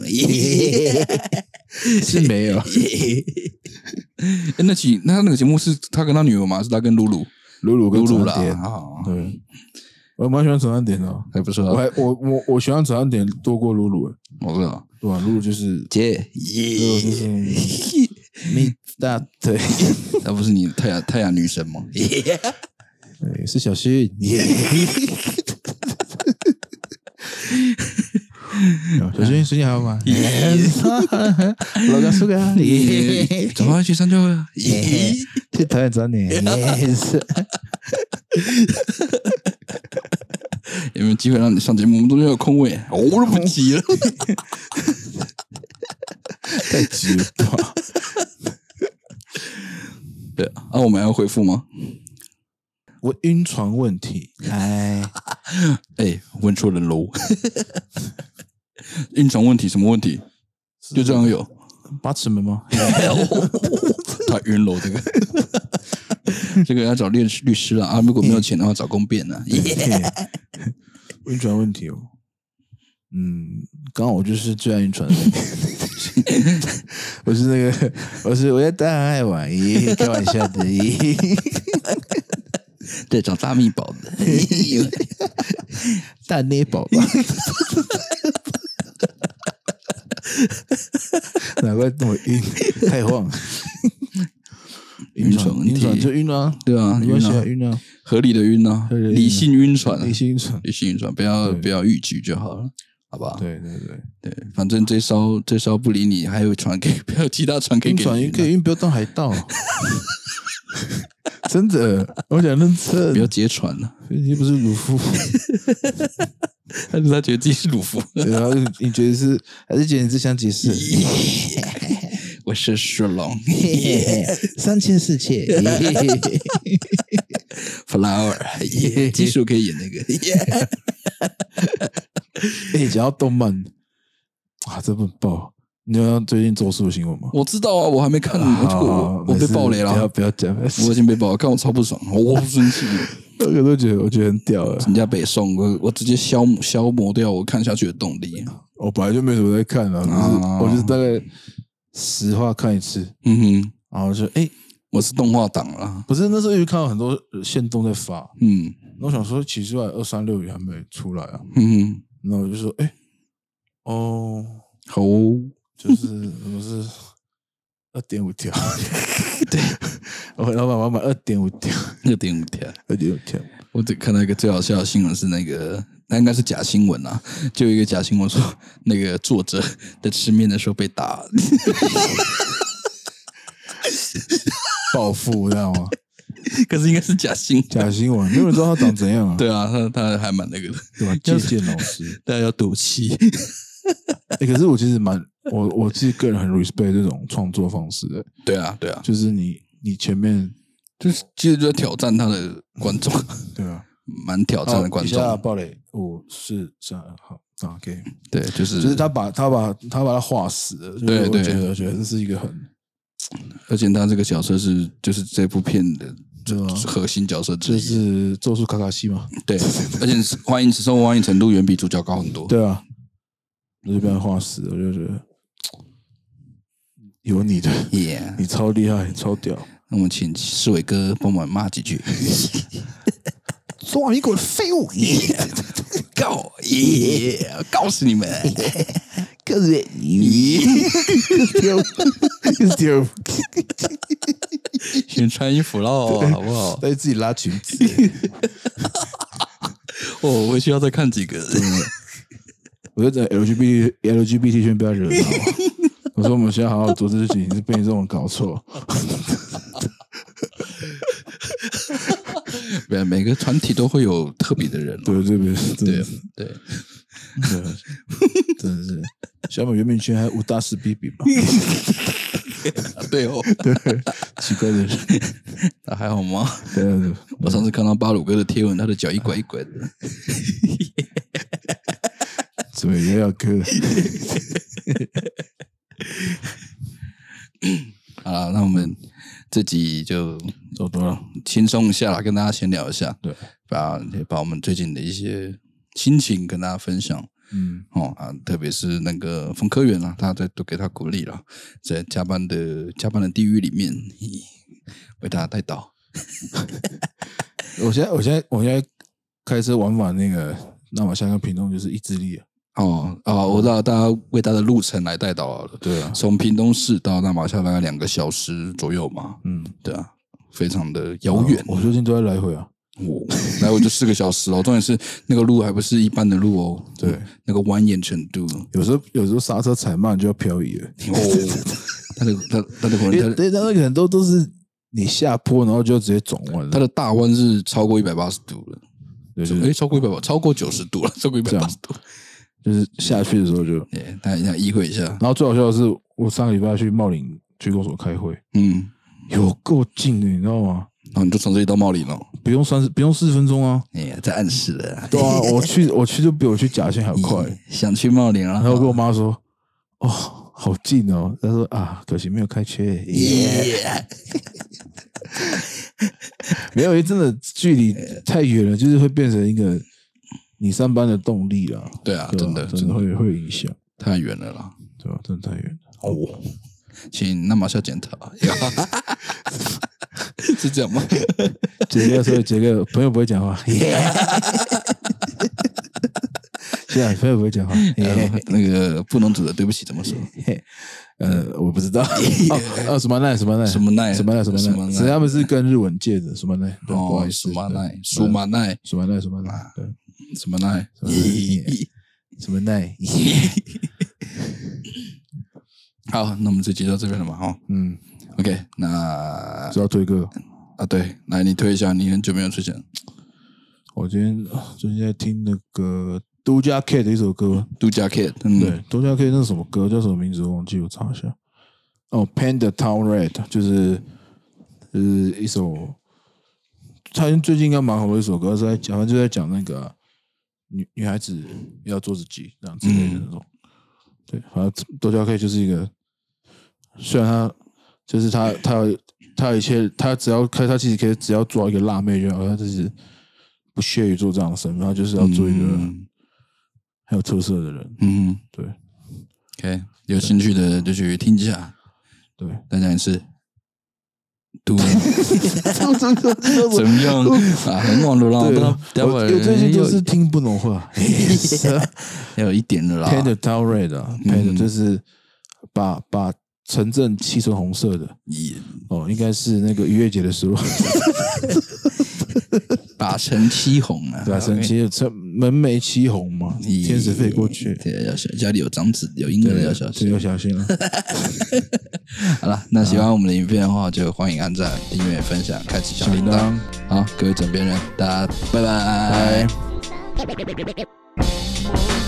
A: 是没有。哎那期那他那个节目是他跟他女儿吗？是他跟露露
B: 鲁鲁
A: 露
B: 跟
A: 露
B: 陈
A: 啦
B: 安典，，
A: 啊，
B: 对，我蛮喜欢陈安典的哦。
A: 还不错
B: 我
A: 啊，
B: 还我我我喜欢陈安典多过鲁鲁，
A: 我知道。
B: 对吧？鲁鲁就是
C: 姐，
B: 鲁鲁就是
C: 你大腿
A: 她不是你太阳太阳女神吗？
B: 对哎是
A: [LAUGHS]
B: 小薰，小薰最近还
A: [LAUGHS]
B: 好吗？
C: 老高叔
B: [LAUGHS]
C: 啊，
A: 怎么去参加会啊？
C: 去导演找你，也
A: [LAUGHS]
C: 是
A: 有没有机会让你上节目？我们中间有空位，哦我都不急了。
B: 太急了吧！
A: 对啊，我们还要回复吗？
B: 我晕船问题，
C: 哎，
A: 哎，问错人喽。运床问题什么问题？就这样有，
B: 八尺门吗？
A: [LAUGHS] 他晕喽这个。这个要找律师律师了啊！如果没有钱的话，找公辩啊。
B: 晕船问题哦，嗯，刚好我就是最爱晕船的人， [LAUGHS]
C: 我是那个，我是我在大海玩，咦，开玩笑的，咦，
A: 对，找大密宝的。
C: [LAUGHS] 大捏宝
B: [LAUGHS]
C: 宝，
B: 难怪那么晕，太晃。
A: 晕船问题
B: 晕船就晕了、啊，
A: 对啊，
B: 没关
A: 晕
B: 系啊，
A: 啊，
B: 晕啊，
A: 合理的晕啊，
B: 合理的晕啊
A: 理性晕船啊，
B: 理性晕船。
A: 理性晕船，不要
B: 对
A: 不要逾矩就好了，好吧？
B: 对对 [LAUGHS] 对，
A: 对，反正这艘这艘不理你，还有传给 [LAUGHS] 不要其他传给
B: 晕
A: 给
B: 船
A: 你
B: 也
A: 啊
B: 可以晕，不要当海盗。 [LAUGHS] 真的，我想认
A: 不要
B: 真。
A: 劫船
B: [LAUGHS]
A: 了，
B: 你不是
A: [LAUGHS]
B: 鲁夫，
A: 但是他觉得自己是鲁夫，
B: 然后你觉得是还是觉得你是想解释？
A: [LAUGHS] 我是雪龙
C: [LAUGHS] 三千四千，
B: [LAUGHS]
A: flower，技术可以演那个，
B: 哎，讲到动漫啊，这不能爆。你要最近咒术的新闻吗？
A: 我知道啊，我还没看，我
B: 好
A: 就我我
B: 没
A: 被
B: 事
A: 爆雷
B: 啊不要
A: 了，
B: 不要讲，
A: 我已经被爆了，看我超不爽，我不生气，
B: 我有时候觉得我觉得很屌了。
A: 人家北宋，我我直接消磨消磨掉我看下去的动力，
B: 我本来就没什么在看了，就是
A: 啊
B: 我就是大概十话看一次，
A: 嗯哼，
B: 然后就哎，
A: 我是动画党啦，
B: 不是那时候又看到很多呃线动在发，
A: 嗯
B: 那我想说奇怪，二三六也还没出来啊，
A: 嗯
B: 那我就说哎，哦，
A: 哼，好哦，
B: 就是 [LAUGHS] 我是二点
A: [LAUGHS]
B: 五条，对，我老板我要买二点五条，
A: 二点五天。
B: 二点五条，
A: 我只看到一个最好笑的新闻是那个，那应该是假新闻啊，就有一个假新闻说那个作者在吃面的时候被打， [LAUGHS]
B: 暴富知道吗？
A: 可是应该是假新闻。
B: 假新闻，没有人知道他长怎样啊，
A: 对啊，他他还蛮那个的，
B: 对吧？借鉴老师。
A: 大家要赌气。
B: 欸，可是我其实蛮我我自己个人很 respect 这种创作方式的，
A: 对啊，对啊，
B: 就是你你前面
A: 就是其实就在挑战他的观众，
B: 对啊，
A: 蛮挑哦战的观众。
B: 啊，暴雷五四三好啊，OK，
A: 对，就是
B: 就是，他把他把他把他画死了，就是
A: 对
B: 我
A: 对
B: 觉得我觉得这是一个很
A: 而且他这个角色是就是这部片的
B: 对啊
A: 核心角色之
B: 就
A: 一。
B: 是咒术卡卡西嘛， [LAUGHS]
A: 对，而且是欢迎受欢迎程度远比主角高很多。
B: 对啊，我就被他画死了，我就觉得有你的，
A: ，Yeah，
B: 你超厉害，超屌，
A: 那我们请世伟哥帮忙骂几句。
C: 中华民国的废物，
A: [LAUGHS] 告耶！告诉 [LAUGHS] 你们，
C: 告诉你，
B: 屌，
A: [LAUGHS] 先穿衣服 [LAUGHS] 喽，好不好？
B: 但是自己拉裙子，
A: 哦，我回去要再看几个。
B: [LAUGHS] 我就在 LGBT LGBT 圈不要惹到我。我说我们现在好好做这事情，是被你这种搞错。
A: 对，每个团体都会有特别的人哦。
B: 对对对对
A: 对
B: 对，
A: 对，
B: 啊真的是小美圆明圈还五大师比比嘛，
A: [LAUGHS] 对哦，
B: 对，奇怪的人。
A: 那还好吗？
B: 对啊对对，
A: 我上次看到巴鲁哥的贴文，他的脚一拐一拐的，
B: 所以也要割。
A: 好了，那我们这集就
B: 走多了，
A: 轻松一下啦，跟大家闲聊一下，
B: 对，
A: 把也把我们最近的一些心情跟大家分享
B: 嗯，
A: 哦啊，特别是那个冯科员啦，大家再多给他鼓励啦，在加班的加班的地狱里面，嘿为大家带到
B: 我现在我现在我现在开车玩法那个，那我下个品种就是意志力啊，
A: 哦啊，我知道大家为大家的路程来带到好了，
B: 对啊，
A: 从屏东市到那马下大概两个小时左右嘛，
B: 嗯，
A: 对啊，非常的遥远
B: 啊。我最近都在来回啊，
A: 我来我就四个小时哦，重点是那个路还不是一般的路哦，
B: 对，哦
A: 那个蜿蜒程度 [LAUGHS]
B: 有时候有时候刹车踩慢就要漂移了，
A: 哦，它的它它的可
B: 因为
A: 能它
B: 对，那个很多都是你下坡，然后就直接转弯
A: 它
B: 了，
A: 的大弯是超过一百八十度了，
B: 对，就是
A: 诶，超过一百八，超过九十度了，超过一百八十度，
B: 就是下去的时候就，
A: 哎，大家意会一下，
B: 然后最好笑的是，我上个礼拜去茂林区公所开会，
A: 嗯，
B: 有够近的，你知道吗？
A: 然后你就从这里到茂林了，
B: 不用三十，不用四十分钟啊！
A: 哎呀，在暗示了啊，
B: 对啊，我去，我去就比我去甲县还要快。
A: 想去茂林了，
B: 然后我跟我妈说：“哦，好近哦。”她说：“啊，可惜没有开缺。
A: 哎耶，
B: 没有，因为真的距离
A: 哎
B: 太远了，就是会变成一个你上班的动力啦。
A: 对啊，
B: 对吧
A: 真的
B: 真的会会影响，
A: 太远了啦，
B: 对吧？真的太
A: [LAUGHS]
B: 远了。
A: 哦，请那马上检讨， [LAUGHS] 哎是这样吗？
B: 杰哥所以杰哥朋友不会讲 [LAUGHS] 话。现在朋友不
A: [LAUGHS]
B: 会讲话。
A: 呃那个不能煮的，对不起，怎么说？
B: 呃，我不知
A: [LAUGHS]
B: 道。哦，哦什么奈？什么奈？
A: 什么奈啊
B: 什么奈？什么
A: 什么奈
B: 奈？只是他们是跟日文借的。什么奈？对不好
A: 哦，
B: 意
A: 什
B: 思，
A: 么奈啊
B: 对？
A: 苏马奈？哎
B: 什么奈？什么奈？对。
A: 什么奈？
B: 什么奈？
A: 好，那我们这集到这边了嘛？哈
B: 嗯，
A: ，OK，那
B: 只要推歌。
A: 啊，对，来你推一下，你很久没有推荐
B: 我今天哦最近在听那个 Doja Cat 的一首歌，
A: 度假 Kid，嗯，
B: 对，Doja Cat 那是什么歌叫什么名字我忘记，我查一下。哦，Panda Town Red 就是就是一首，他最近应该蛮红的一首歌，是在讲，反正就在讲那个啊、女女孩子要做自己这样之类的那种。对，反正 Doja Cat 就是一个，虽然他就是他他他一切他只要开他其实可以只要抓一个辣妹就好，他就是不屑于做这样的身份，他就是要做一个
A: 嗯
B: 很有特色的 [LAUGHS] 人。
A: 嗯
B: 对
A: ，OK，有兴趣的就去听一下。
B: 对，
A: 再讲一次，度
B: [LAUGHS]
A: 怎么样啊？很网络了，
B: 对，
A: 等等会
B: 我
A: 儿
B: 我最近
A: 又
B: 就是听不懂 [LAUGHS] 话。
A: 又有一点了啦。
B: Paint t o w red 啊，Paint 就是把把城镇漆成红色的
A: 你
B: 哦，应该是那个逾越节的时候， [LAUGHS]
A: 把神漆红啊，
B: 把城漆城门楣漆红嘛，
A: 你
B: 天使飞过去，
A: 对，要小家里有长子有婴儿
B: 对，
A: 要小
B: 对
A: 心
B: 要。小心啊。
A: 好了，那喜欢我们的影片的话，就欢迎按赞、订阅、分享、开启小铃铛。好，各位枕边人，大家拜拜。
D: Bye.